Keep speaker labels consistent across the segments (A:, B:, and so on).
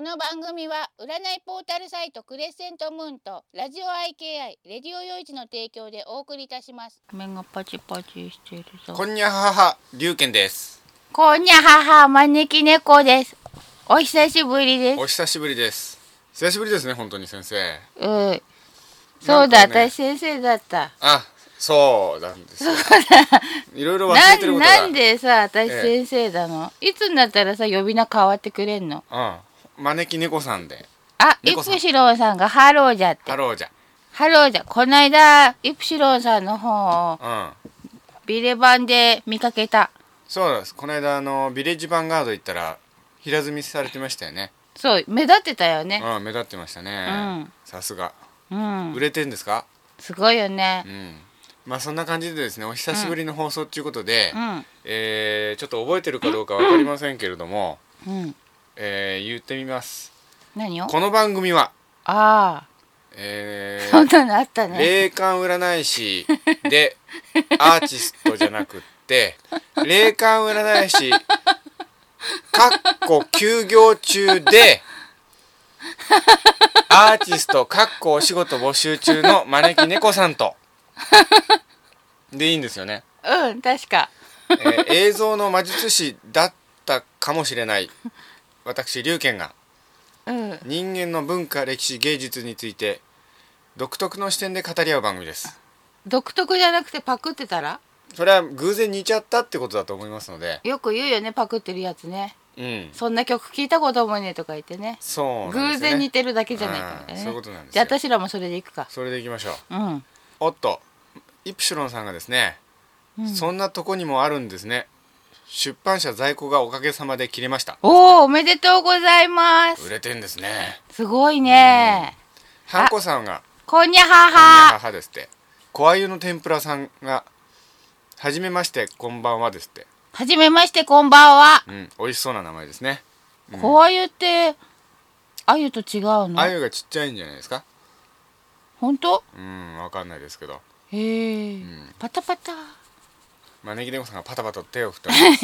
A: の番組は占いポータルサイトクレッセントムーンとラジオ IKI レディオヨイチの提供でお送りいたします目がパチパチしているぞ
B: こんにゃはは、りゅうけんです。
A: こんにゃ母招き猫ですお久しぶりです
B: お久しぶりです。久しぶりですね、本当に先生。
A: うんそうだ、
B: なんかね
A: 私先生だった
B: あ、そうな んですよ。いろいろ忘
A: な
B: れてる
A: ん
B: ことが。
A: なんでさ私
B: え
A: 先
B: え
A: 生なの、いつになったらさ呼び名変わってくれんの
B: うん。招き猫さんで。
A: あイ
B: 猫さん
A: プシロンさんがハローじゃって
B: ハローじ
A: ハローじゃこないだイプシロンさんの本を
B: ゃ。うん。
A: ビレ版で見かけた
B: そうなんです。この間、あの、ビレッジヴァンガード行ったら、平積みされてましたよね。
A: そう目立ってたよね
B: うん、目立ってました
A: う
B: ね
A: ん。
B: さすが。
A: うん
B: 売れてんですか
A: すごいよね
B: うん。まあそんな感じでですね、お久しぶりの放送っていうことで、
A: うん
B: えー、ちょっと覚えてるかどうかわかりませんけれども、
A: うん
B: えー、言ってみます。
A: 何を
B: この番組は、
A: あ
B: え
A: あそん
B: ー、
A: なのあったね
B: 霊感占い師でアーティストじゃなくって霊感占い師かっこ休業中でアーティストかっこお仕事募集中の招き猫さんとでいいんですよね、
A: うん確か
B: えー映像の魔術師だったかもしれない私龍賢が
A: うん
B: 人間の文化歴史芸術について独特の視点で語り合う番組です
A: 独特じゃなくてパクってたら
B: それは偶然似ちゃったってことだと思いますので
A: よく言うよねパクってるやつね
B: うん
A: そんな曲聞いたこともねとか言ってね
B: そうなん
A: 偶
B: ですよね
A: 然似てるだけじゃないかみたいな、ね、
B: うんそういうことなんです
A: じゃ
B: よ
A: あ私らもそれでいくか
B: それでいきましょう
A: うん
B: おっとイプシロンさんがですね、そんなとこにもあるんですね出版社在庫がおかげさまで切れました
A: おおおめでとうございま
B: 売
A: す
B: れてんですね
A: すごいね
B: ハンコさんが
A: こんにゃは
B: 「は
A: は
B: は」ですって小あゆの天ぷらさんが「はじめましてこんばんは」ですって
A: はじめましてこんばんは
B: うん美味しそうな名前ですね
A: こわゆってあゆと違う
B: あ
A: の
B: ゆがちっちゃいんじゃないですか
A: 本当
B: うんわかんないですけど
A: へえ、パタパタ
B: 招き猫さんがパタパタと手 を振っておりま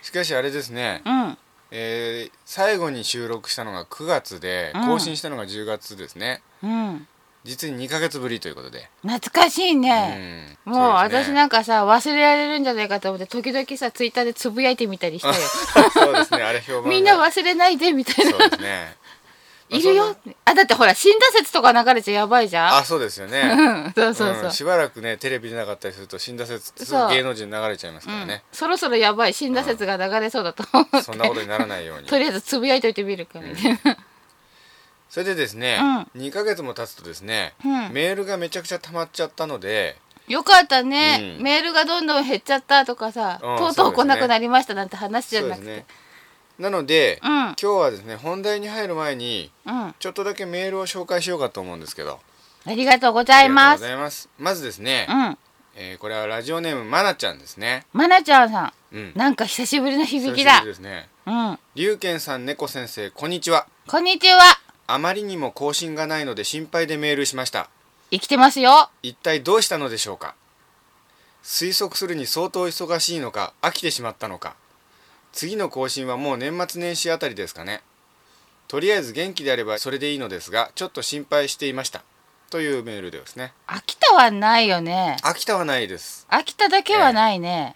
B: すしかしあれですね、
A: うん
B: えー最後に収録したのが9月で
A: うん
B: 更新したのが10月ですね、
A: うん
B: 実に2ヶ月ぶりということで、
A: 懐かしいね、
B: ん
A: もう私なんんかさ忘れられるんじゃないかと思って時々さツイッターでつぶやいてみたりしたよ
B: そうですねあれ評判が
A: みんな忘れないでみたい
B: そ
A: な
B: うですね
A: いる
B: まあ
A: よ
B: そんな
A: あだってほら死んだ説とか流れちゃやばいじゃん
B: あそうですよ
A: う
B: ね
A: ん そうそうそう、
B: んしばらくねテレビでなかったりすると死んだ説す
A: そう
B: ぐ芸能人流れちゃいますか
A: う
B: ら
A: ん
B: ね、
A: そろそろやばい死んだ説が流れそうだと思 って、
B: そんなことにならないよう に
A: とりあえずつぶやいといてみるからね、
B: それでですね、2ヶ月も経つとですね、
A: うん
B: メールがめちゃくちゃ溜まっちゃったので、
A: よかったね、
B: うん
A: メールがどんどん減っちゃったとかさ、
B: うん
A: とうと
B: そううですね
A: 来なくなりましたなんて話じゃ
B: そうで
A: な
B: す
A: くてう,、
B: ねなので、
A: うん
B: 今日はですね本題に入る前に
A: んあ
B: ちょっとだけメールを紹介しようかと思うんですけど
A: りがとうございま
B: ありがと
A: す
B: うございますまずですね、
A: うん
B: えーこれはラジオネームまなちゃんですね
A: まなちゃんさ
B: うん
A: んなんか久しぶりの響き
B: 久し
A: だ
B: ぶりですね
A: うん
B: 龍賢さん猫先生こんにちは
A: こんにちは
B: あまりにも更新がないので心配でメールしました
A: 生きてますよ
B: 一体どうしたのでしょうか推測するに相当忙しいのか飽きてしまったのか次の更新はもう年末年始あたりですかねとりあえず元気であればそれでいいのですがちょっと心配していましたというメールですね
A: 秋田はないよね
B: 飽きたはないです
A: 秋田だけはないね、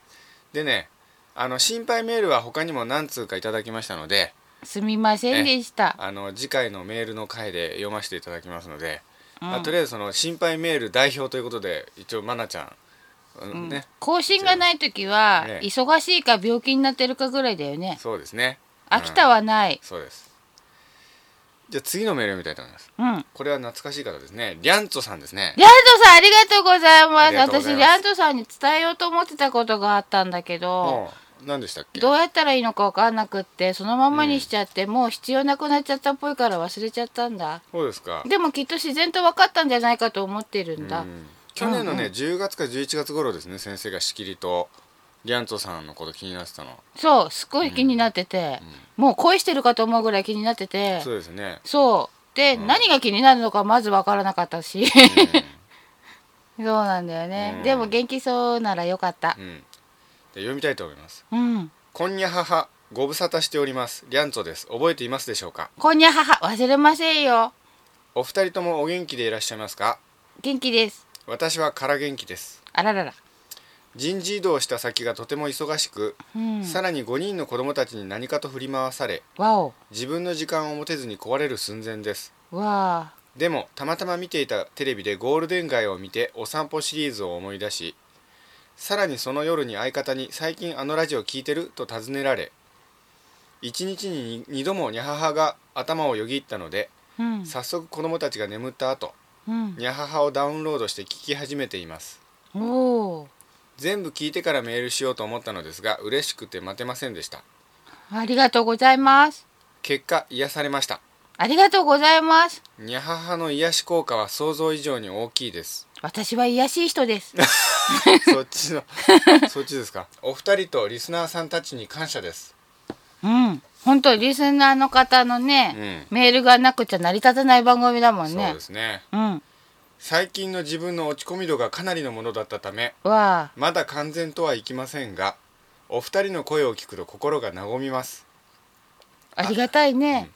B: でねあの心配メールは他にも何通かいただきましたのです
A: みませんでした、
B: あの次回のメールの回で読ませていただきますので、
A: うん
B: まあとりあえずその心配メール代表ということで一応まなちゃん、うんね
A: 更新がない時は、
B: ええ
A: 忙しいか病気になってるかぐらいだよね
B: そうですね
A: 秋田はない
B: そうですじゃあ次のメールを見たいと思います
A: うん
B: これは懐かしい方ですねリャンツォさんですね
A: リャントさんありがとうございま
B: あ
A: す
B: りがとうござ
A: 私
B: い
A: リ
B: ます
A: ャントさんに伝えようと思ってたことがあったんだけど
B: もう何でしたっけ
A: どうやったらいいのか分かんなくってそのままにしちゃって、もう必要なくなっちゃったっぽいから忘れちゃったんだ
B: そうですか
A: でもきっと自然と分かったんじゃないかと思ってるんだ、
B: うん去年のね、10月か11月頃ですね先生がしきりとリャンツォさんのこと気になってたの
A: そうすっごい気になってて、もう恋してるかと思うぐらい気になってて
B: そうです ね、
A: そうで、何が気になるのかまず分からなかった しそうなんだよね、
B: うん
A: でも元気そうならよかった
B: うん、で読みたいと思います
A: うん
B: こんにゃははご無沙汰しておりますりゃんちょです覚えていますでしょうか
A: こんにゃはは忘れませんよ
B: お二人ともお元気でいらっしゃいますか
A: 元気です
B: 私はから元気です
A: あららら
B: 人事異動した先がとても忙しく、
A: うん
B: さらに5人の子供たちに何かと振り回され
A: わお
B: 自分の時間を持てずに壊れる寸前です
A: わあ
B: でもたまたま見ていたテレビでゴールデン街を見てお散歩シリーズを思い出しさらにその夜に相方に「最近あのラジオ聞いてる?」と尋ねられ一日に2度もニャハハが頭をよぎったので
A: うん
B: 早速子供たちが眠った後
A: うん
B: ニャハハをダウンロードして聞き始めています
A: おお
B: 全部聞いてからメールしようと思ったのですが嬉しくて待てませんでした
A: ありがとうございます
B: 結果癒されました
A: ありがとうございます
B: ニャハハの癒し効果は想像以上に大きいです
A: 私は癒やしい人です
B: そっ ちのそっちですかお二人とリスナーさんたちに感謝です
A: うん本当リスナーの方のね、
B: う
A: メールがなくちゃ成り立たない番組だもん
B: そう
A: ね
B: ですね
A: うん
B: 最近の自分の落ち込み度がかなりのものだったため
A: わあ
B: まだ完全とはいきませんがお二人の声を聞くと心が和みます
A: ありがたいね、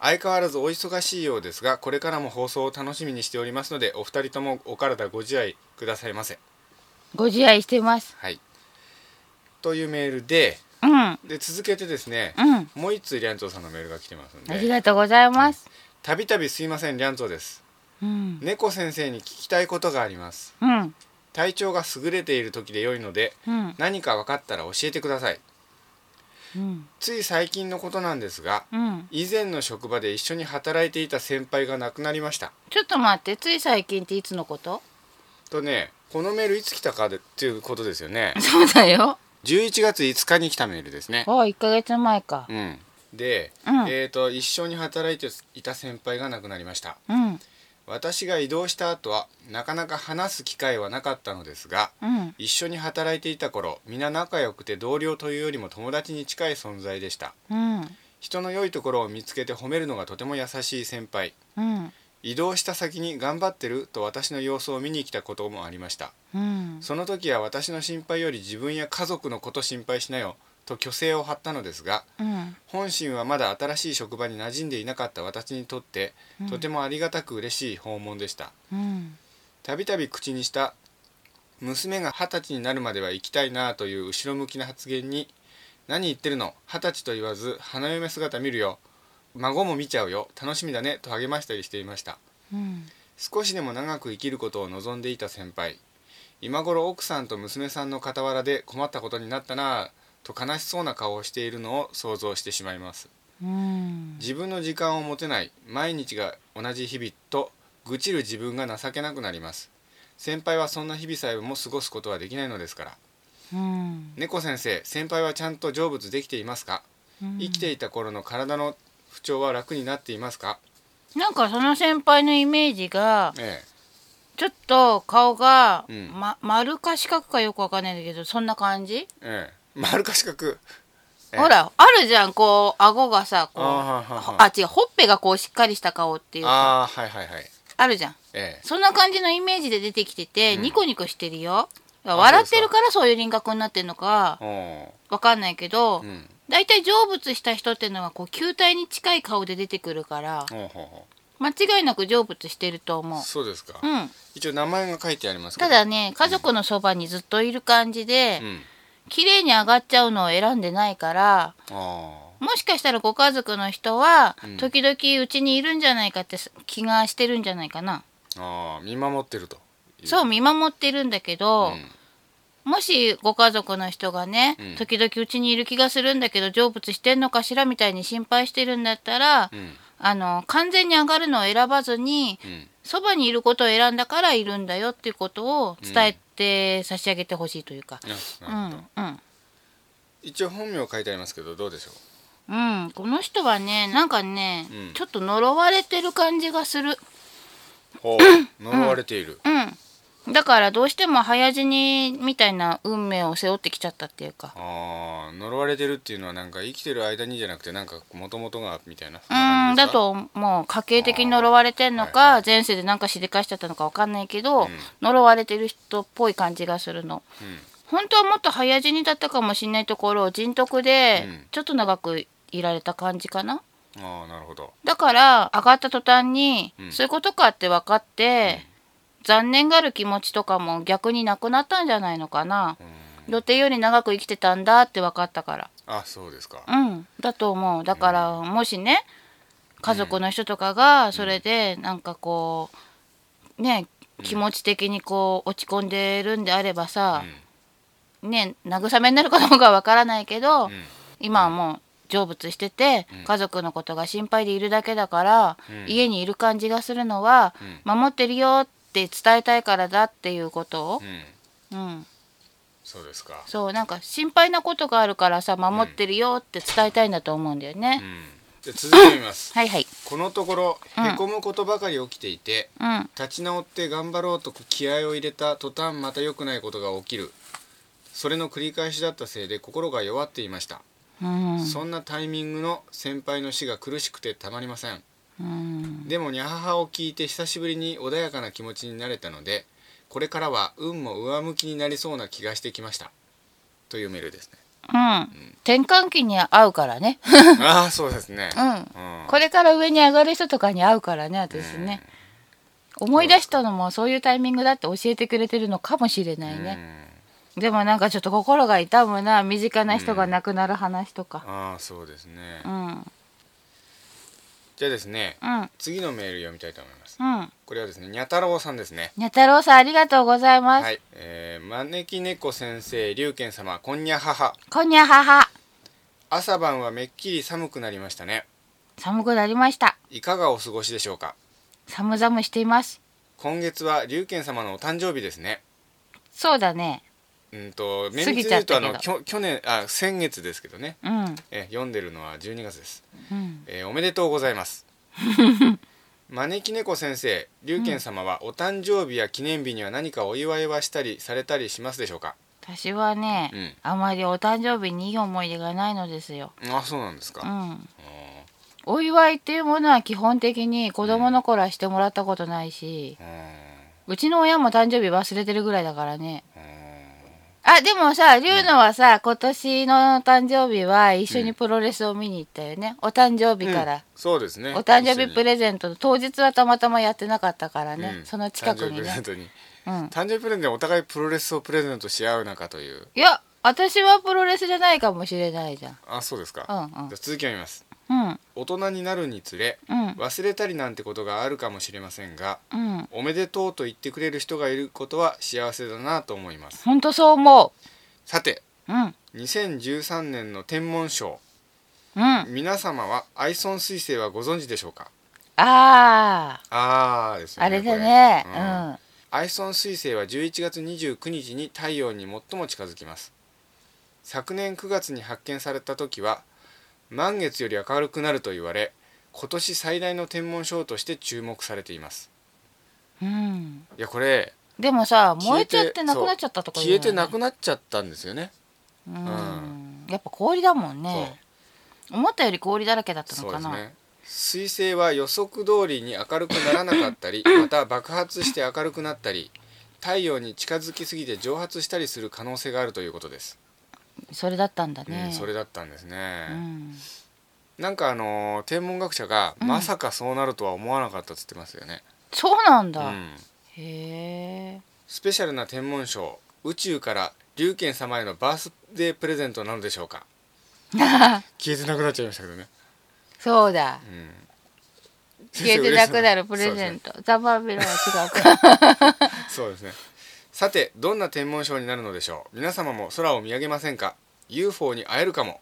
B: 相変わらずお忙しいようですがこれからも放送を楽しみにしておりますのでお二人ともお体ご自愛くださいませ
A: ご自愛してます
B: はいというメールで
A: うんうん
B: で続けてですね、
A: あ
B: もう一通りゃんちょうさんのメールが来てますん
A: り
B: で
A: がとうございます
B: たびたびすいませんりゃんちょうです
A: うん
B: 猫先生に聞きたいことがあります
A: うん
B: 体調が優れている時で良いので
A: うん
B: 何か分かったら教えてください
A: うん
B: つい最近のことなんですが
A: うん
B: 以前の職場で一緒に働いていた先輩が亡くなりました
A: ちょっと待ってつい最近っていつのこと
B: とねこのメールいつ来たかでっていうことですよね
A: そうだよ
B: 11月5日に来たメールですね
A: あ一ヶ月前か
B: うんで、
A: うん
B: えー、と一緒に働いていた先輩が亡くなりました
A: うん
B: 私が移動した後はなかなか話す機会はなかったのですが
A: うん
B: 一緒に働いていた頃皆仲良くて同僚というよりも友達に近い存在でした
A: うん
B: 人の良いところを見つけて褒めるのがとても優しい先輩
A: うん
B: 移動した先に頑張ってると私の様子を見に来たこともありました
A: うん
B: その時は私の心配より自分や家族のこと心配しなよと虚勢を張ったのですが
A: うん
B: 本心はまだ新しい職場に馴染んでいなかった私にとってとてもありがたく嬉しい訪問でした
A: うん
B: たびたび口にした娘が二十歳になるまでは行きたいなという後ろ向きな発言に何言ってるの二十歳と言わず花嫁姿見るよ孫も見ちゃうよ楽しみだねと励ましたりしていました
A: うん
B: 少しでも長く生きることを望んでいた先輩今頃奥さんと娘さんの傍らで困ったことになったなぁと悲しそうな顔をしているのを想像してしまいます
A: うん
B: 自分の時間を持てない毎日が同じ日々と愚痴る自分が情けなくなります先輩はそんな日々さえも過ごすことはできないのですから
A: うん
B: 猫先生先輩はちゃんと成仏できていますか生きていた頃の体の不調は楽になっていますか
A: なんかその先輩のイメージが
B: え
A: ちょっと顔が、
B: うん
A: ま、丸か四角かよくわかんないんだけどそんな感じ、
B: えええ丸か四角ええ
A: ほらあるじゃんこう顎がさこう
B: あーはーはーはー
A: あ違うほっぺがこうしっかりした顔っていうかあ
B: ああはいはいはい
A: るじゃん
B: ええ
A: そんな感じのイメージで出てきてて、
B: うん
A: ニコニコしてるよ
B: あ
A: 笑ってるからそういう輪郭になってるのか
B: お
A: わかんないけど
B: ーうん
A: 大体、成仏した人っていうのはこう球体に近い顔で出てくるから
B: ほうほうほ
A: 間違いなく成仏してると
B: う
A: 思
B: そうですか
A: う。うん
B: 一応名前が書いてありますけ
A: た
B: ど
A: だね家族のそばにずっといる感じで、
B: うん
A: 綺麗に上がっちゃうのを選んでないから
B: あ
A: もしかしたらご家族の人は
B: うん
A: 時々うちにいるんじゃないかって気がしてるんじゃないかな、
B: ーあー見守ってるとい
A: そう見守ってるんだけど
B: う、ん
A: もしご家族の人がね、
B: うん
A: 時々うちにいる気がするんだけど成仏してんのかしらみたいに心配してるんだったら、
B: うん
A: あの完全に上がるのを選ばずに
B: うん
A: そばにいることを選んだからいるんだよっていうことを伝えて差し上げてほしいというか。
B: あ
A: うん
B: なるほど
A: うん
B: 一応本名書いてありますけどどうでしょ
A: うん、この人はねなんかね、
B: うん
A: ちょっと呪われてる感じがする、
B: うほう呪われている、
A: うん、だからどうしても早死にみたいな運命を背負ってきちゃったっていうか
B: ああ呪われてるっていうのはなんか生きてる間にじゃなくてなんかもともとがみたいなそ
A: うん
B: な感じ
A: だ
B: ですか
A: ともう家系的に呪われてんのか、前世でなんかしでかしちゃったのかわかんないけど、
B: うん
A: 呪われてる人っぽい感じがするの、
B: うん
A: 本当はもっと早死にだったかもしれないところを人徳で
B: うん
A: ちょっと長くいられた感じかな
B: ああなるほど
A: だから上がった途端に、
B: うん
A: そういうことかって分かって、残念がる気持ちとかも逆になくなったんじゃないのかな
B: うん
A: 予定より長く生きてたんだって分かったから
B: あそうですか
A: うんだと思うだから、もしね家族の人とかがそれでなんかこうね気持ち的にこう落ち込んでるんであればさ、ね慰めになるかどうかは分からないけど、
B: うんうん
A: 今はもう成仏してて、
B: うん
A: 家族のことが心配でいるだけだから、
B: うん
A: 家にいる感じがするのは、守ってるよって伝えたいからだっていうことを
B: うん、うん
A: うん、
B: そうですか
A: そうなんか心配なことがあるからさ守ってるよって伝えたいんだと思うんだよね
B: う。んじゃあ続いてみ ます
A: はいはい、
B: このところ
A: うん
B: へこむことばかり起きていて、
A: うん、
B: 立ち直って頑張ろうと気合を入れた途端また良くないことが起きるそれの繰り返しだったせいで心が弱っていました、
A: うん、
B: そんなタイミングの先輩の死が苦しくてたまりません
A: うん、
B: でもニャハハを聞いて久しぶりに穏やかな気持ちになれたのでこれからは運も上向きになりそうな気がしてきましたというメールですね
A: うん、転換期に合うからね。
B: ああそうですね
A: う、ん、
B: うん
A: これから上に上がる人とかに会うからね私ね、思い出したのもそういうタイミングだって教えてくれてるのかもしれないね、でもなんかちょっと心が痛むな身近な人が亡くなる話と
B: う
A: か
B: んああそうですね、
A: うんうん
B: じゃあですね
A: うん
B: 次のメール読みたいと思います
A: うん
B: これはですねにゃ太郎さんですね
A: にゃ太郎さんありがとうございます、
B: はい、えー、招き猫先生、龍賢様、こんにゃはは。
A: こんにゃはは
B: 朝晩はめっきり寒くなりましたね。
A: 寒くなりました
B: いかがお過ごしでしょうか。
A: 寒々しています
B: 今月は龍賢様のお誕生日ですね。
A: そうだね
B: うんと、
A: 過
B: 厳
A: ぎ
B: 密に
A: ちゃ
B: 言
A: っ
B: うと、
A: た
B: あ
A: けど
B: の、きょ去年、あ、先月ですけどね。
A: うん
B: え、読んでるのは12月です。
A: うん
B: えーおめでとうござ います。招き猫先生、龍賢様はお誕生日や記念日には何かお祝いはしたりされたりしますでしょうか。
A: 私はね、
B: うん
A: あまりお誕生日にいい思い出がないのですよ
B: あ、そうなんです
A: う
B: か。
A: ん
B: うん
A: お祝いっていうものは基本的に子供の頃はしてもらったことないし、
B: うん
A: うちの親も誕生日忘れてるぐらいだからね
B: うん
A: あでもさ龍のはさ、今年の誕生日は一緒にプロレスを見に行ったよね、お誕生日から、
B: そうですね
A: お誕生日プ
B: レ
A: レゼントの当日はたまたまやってなかったからね、その近くに
B: 誕生日プレゼ
A: ね
B: ン、トに
A: うん、
B: 誕生日プレゼントにお互いプロレスをプレゼントし合う中という
A: いや私はプロレスじゃないかもしれないじゃん
B: あそうですか、
A: うんうん
B: じゃあ続きを見ます
A: うん
B: 大人になるにつれ
A: うん
B: 忘れたりなんてことがあるかもしれませんが
A: うん
B: おめでとうと言ってくれる人がいることは幸せだなと思います
A: ほんとそう思
B: さて
A: ううん
B: 2013年の天文賞
A: うんあ
B: 皆様はアイソン彗星はご存知でしょうか
A: あ
B: あーですよ
A: あ
B: ね
A: れだ
B: こ
A: ね
B: うんアイソン彗星は11月29日に太陽に最も近づきます昨年9月に発見された時は満月より明るくなると言われ今年最大の天文賞として注目されています
A: うん、うん
B: いやこれ
A: でもさ
B: 消
A: 燃え
B: えて
A: ちゃってなくなっちゃったとか
B: 消えてな
A: な
B: くなっちゃったんですよね
A: うんやっぱ氷だもんね思ったより氷だらけだった
B: そ
A: の
B: う
A: か
B: です
A: な、
B: ね彗星は予測通りに明るくならなかっ たりまた爆発して明るくなったり太陽に近づきすぎて蒸発したりする可能性があるということです、
A: それだったんだ
B: う
A: ね、
B: ん、それだったんですね、
A: うん
B: なんかあのー天文学者が、まさかそうなるとは思わなかったっつってますよね、
A: そうなん
B: う
A: だ、
B: ん、
A: へえ
B: スペシャルな天文賞宇宙から龍賢様へのバースデープレゼントなのでしょ うか消えてなくなっちゃいましたけどね、
A: そうだ
B: うん、
A: 消えてなくなるプレゼント、ザ・バーベラは違 うか
B: そうですねそうですねさてどんな天文賞になるのでしょう皆様も空を見上げませんか UFO に会えるかも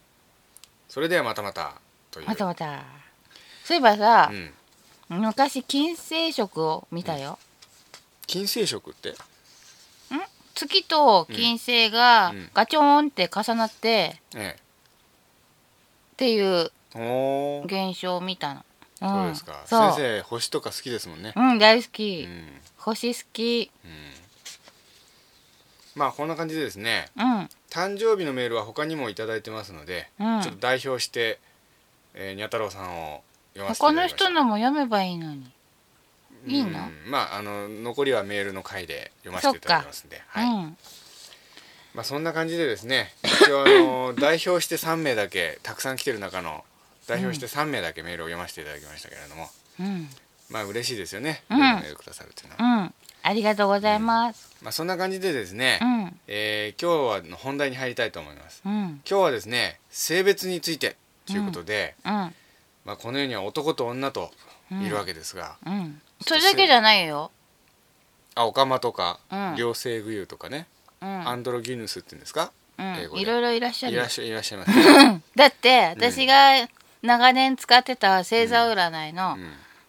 B: それではまたまたという
A: またまたそういえばさ
B: う、ん、
A: 昔金星食を見たよ、
B: 金星食って
A: 月と金星が
B: うん
A: ガチョーンって重なって
B: え
A: っていう
B: えおー
A: 現象を見たの、ん
B: そうですか
A: そう
B: 先生星とか好きですもんね、
A: うん大好
B: う
A: き、
B: ん
A: 星好き
B: まあこんな感じでですね
A: うん
B: 誕生日のメールは他にもいただいてますので、
A: うん
B: ちょっと代表して、えー、にゃ太郎さんを読ませて
A: 他の
B: いただきました
A: 人のも読めばいいのにいいの
B: うんまああの残りはメールの回で読ませていただきますんで、はい
A: うん
B: まあそんな感じでですね一応あの代表して3名だけたくさん来てる中の代表して3名だけメールを読ませていただきましたけれども、
A: うん
B: まあ嬉しいですよね、
A: うん
B: メールくださるっていうのは、
A: うんありがとうございます
B: まあそんな感じでですね、
A: うん
B: えー今日はの本題に入りたいと思います
A: うん
B: 今日はですね性別についてということで、
A: うん
B: まあこの世には男と女といるわけですが、
A: うんそれだけじゃないよ
B: あオカマとか、
A: うん
B: 両性具有とかね、
A: うん
B: アンドロギヌスって言うんですか、英
A: う
B: 語
A: ん
B: で
A: いろいろいらっしゃ
B: い
A: る
B: らっしゃいらっしゃいますね、
A: だって私が長年使ってた星座占いの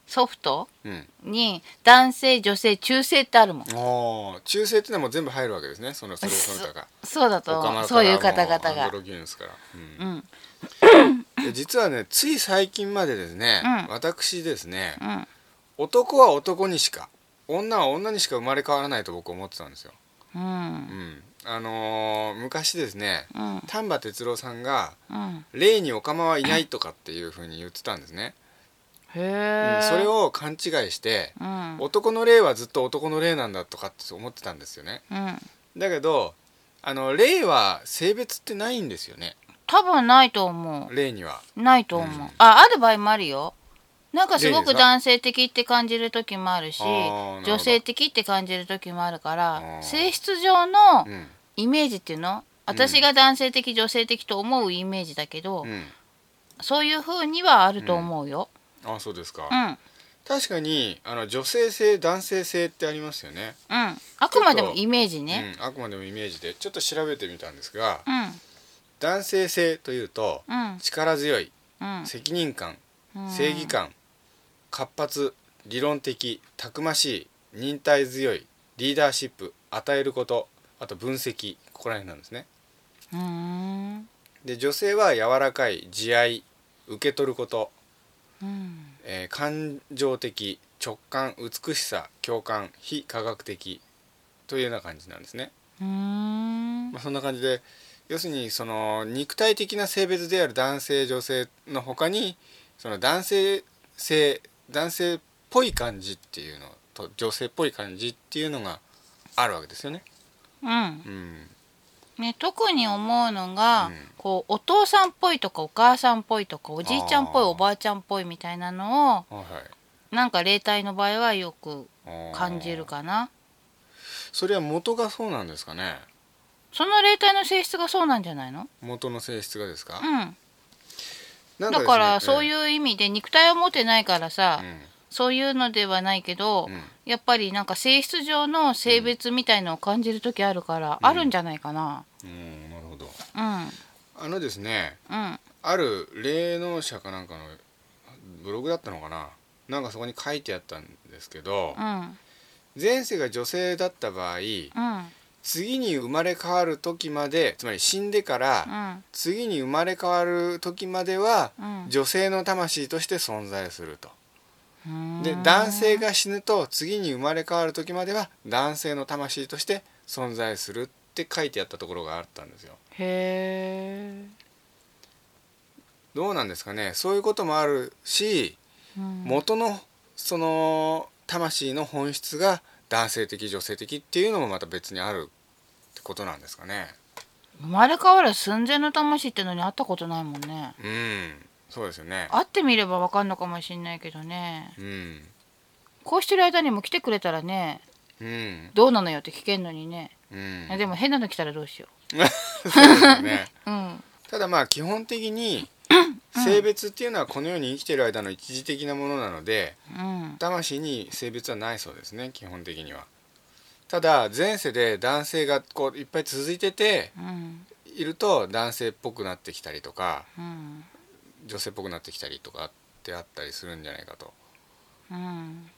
A: ソフト
B: うんうん
A: に男性女性中性ってあるもん
B: おー中性っていうのはもう全部入るわけですねそのそれその方が
A: そうだと思うそういう方々
B: アン
A: が
B: ドロギヌスから、
A: う
B: うんんで実はねつい最近までですね、
A: うん
B: 私ですね
A: うん
B: 男は男にしか女は女にしか生まれ変わらないと僕思ってたんですよ、
A: う
B: うんん、あのー昔ですね
A: うん
B: 丹波哲郎さんが
A: うん
B: 「霊にオカマはいない」とかっていうふうに言ってたんですね、
A: へ
B: う
A: え
B: ん、それを勘違いして
A: うんうん
B: 男の霊はずっと男の霊なんだとかって思ってたんですよねだけどあの霊は性別ってないんですよね
A: 多分ないと思
B: 霊には
A: うないと思
B: う
A: うんあある場合もあるよなんかすご
B: 例
A: く
B: ですか
A: 男性的って感じる時もあるし
B: あーなるほど
A: 女性的って感じる時もあるか
B: あ
A: ら
B: ー
A: 性質上の
B: うん
A: イメージっていうの私が男性的女性的と思うイメージだけど、
B: うん
A: そういう風にはあると思うよ。
B: あそうですか、
A: うん、うん、
B: 確かにあの女性性男性性ってありますよね
A: あくまでもイメージね。
B: うん、あくまでもイメージでちょっと調べてみたんですが
A: うん、
B: 男性性というと
A: うん、
B: 力強い
A: うん、
B: 責任感
A: うん
B: 正義。感活発理論的たくましい忍耐強いリーダーシップ与えることあと分析ここら辺なんですね
A: うーん、
B: で女性は柔らかい慈愛受け取ること、
A: うん、
B: えー感情的直感美しさ共感非科学的というような感じなんですね、
A: うーん、
B: まあ、そんな感じで要するにその肉体的な性別である男性女性の他にその男性性男性っぽい感じっていうのと女性っぽい感じっていうのがあるわけですよね。
A: うん、
B: うん、
A: ね、特に思うのが、
B: うん
A: こうお父さんっぽいとかお母さんっぽいとかおじいちゃんっぽい
B: あー
A: おばあちゃんっぽいみたいなのを
B: はいはい
A: なんか霊体の場合はよく
B: あー
A: 感じるかな。
B: それは元がそうなんですかね
A: その霊体の性質がそうなんじゃないの？
B: 元の性質がですか,、
A: うん。
B: なん
A: だからそう
B: う、
A: いう意味で肉体を持ってないからさ、
B: う
A: そういうのではないけど、
B: んうん
A: やっぱりなんか性質上の性別みたいのを感じる時あるから、
B: うん
A: あるんじゃないかな
B: うん、なるほ
A: う
B: ど
A: ん
B: あのですね
A: うん
B: ある霊能者かなんかのブログだったのかななんかそこに書いてあったんですけど、
A: うん
B: 前世が女性だった場合
A: うん
B: 次に生まれ変わる時までつまり死んでから、
A: うん
B: 次に生まれ変わる時までは、
A: うん
B: 女性の魂として存在すると。
A: うん
B: で男性が死ぬと次に生まれ変わる時までは男性の魂として存在するって書いてあったところがあったんですよ。
A: へえ、
B: どうなんですかねそういうこともあるし
A: うん
B: 元のその魂の本質が男性的女性的っていうのもまた別にあるってことなんですかね。
A: 生まれ変わる寸前の魂ってのに会ったことないもんね
B: うんそうですよね。
A: 会ってみればわかんのかもしんないけどね
B: うん
A: こうしてる間にも来てくれたらね
B: うん
A: どうなのよって聞けんのにね、
B: うん
A: でも変なの来たらどうしよ
B: そうです よね。
A: ううん
B: ただまあ基本的に性別っていうのはこの世に生きてる間の一時的なものなので
A: うん
B: 魂に性別はないそうですね基本的にはただ前世で男性がこういっぱい続いてて
A: うん
B: いると男性っぽくなってきたりとか
A: うん
B: 女性っぽくなってきたりとかってあったりするんじゃないかと、
A: うん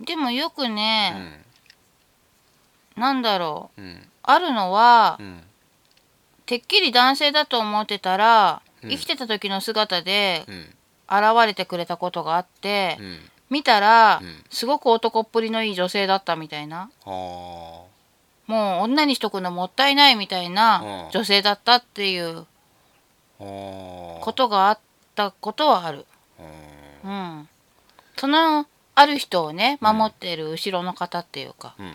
A: でもよく
B: う
A: ね、
B: ん
A: なんだろう
B: うん
A: あるのは、
B: うん
A: てっきり男性だと思ってたら、
B: うん
A: 生きてた時の姿で
B: うん
A: 現れてくれたことがあって、
B: うん
A: 見たら、
B: うん
A: すごく男っぷりのいい女性だったみたいな
B: あ
A: もう女にしとくのもったいないみたいな
B: うん
A: 女性だったっていう
B: ーあ
A: こ
B: こと
A: があったことはある。うん、そのある人をね守ってる後ろの方っていうか、
B: うん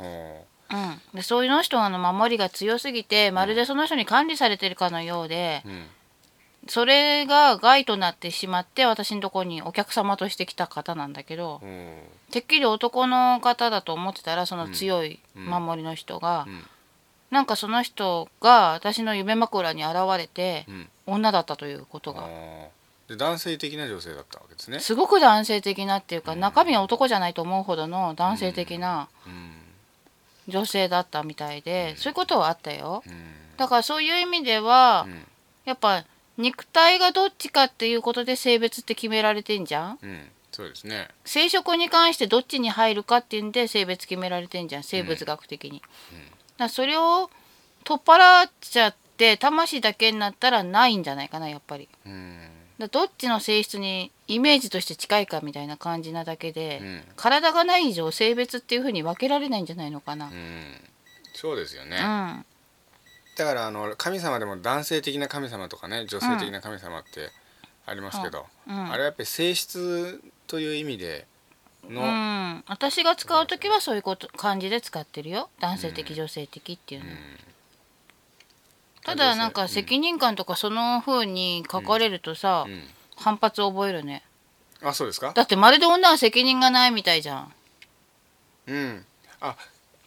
B: あー
A: うん、でそういうの人の守りが強すぎてまるでその人に管理されてるかのようで
B: うん
A: それが害となってしまって私のとこにお客様として来た方なんだけど
B: うん
A: てっきり男の方だと思ってたらその強い
B: うん
A: 守りの人が、
B: うん
A: なんかその人が私の夢枕に現れて
B: うん
A: 女だったということが
B: あーで男性的な女性だったわけですね、
A: すごく男性的なっていうか中身は男じゃないと思うほどの男性的な
B: うん
A: 女性だったみたいでそういうことはあったよ
B: うん
A: だからそういう意味では
B: うん
A: やっぱ肉体がどっちかっていうことで性別って決められてんじゃん
B: うん、そうですね
A: 生殖に関してどっちに入るかっていうんで性別決められてんじゃん生物学的に、だからそれを取っ払っちゃって魂だけになったらないんじゃないかなやっぱり
B: うん
A: だからどっちの性質にイメージとして近いかみたいな感じなだけで、
B: うん
A: 体がない以上性別っていうふうに分けられないんじゃないのかな、
B: うんそうですよね、
A: うん
B: だからあの神様でも男性的な神様とかね女性的な神様ってありますけど、
A: うん
B: あれはやっぱり性質という意味での、
A: う
B: うん
A: ん、私が使う時はそういうこと感じで使ってるよ男性的女性的っていうの、ただなんか責任感とかその風に書かれるとさ、
B: うん
A: 反発覚えるね
B: あそうですか
A: だってまるで女は責任がないみたいじゃん
B: うんああ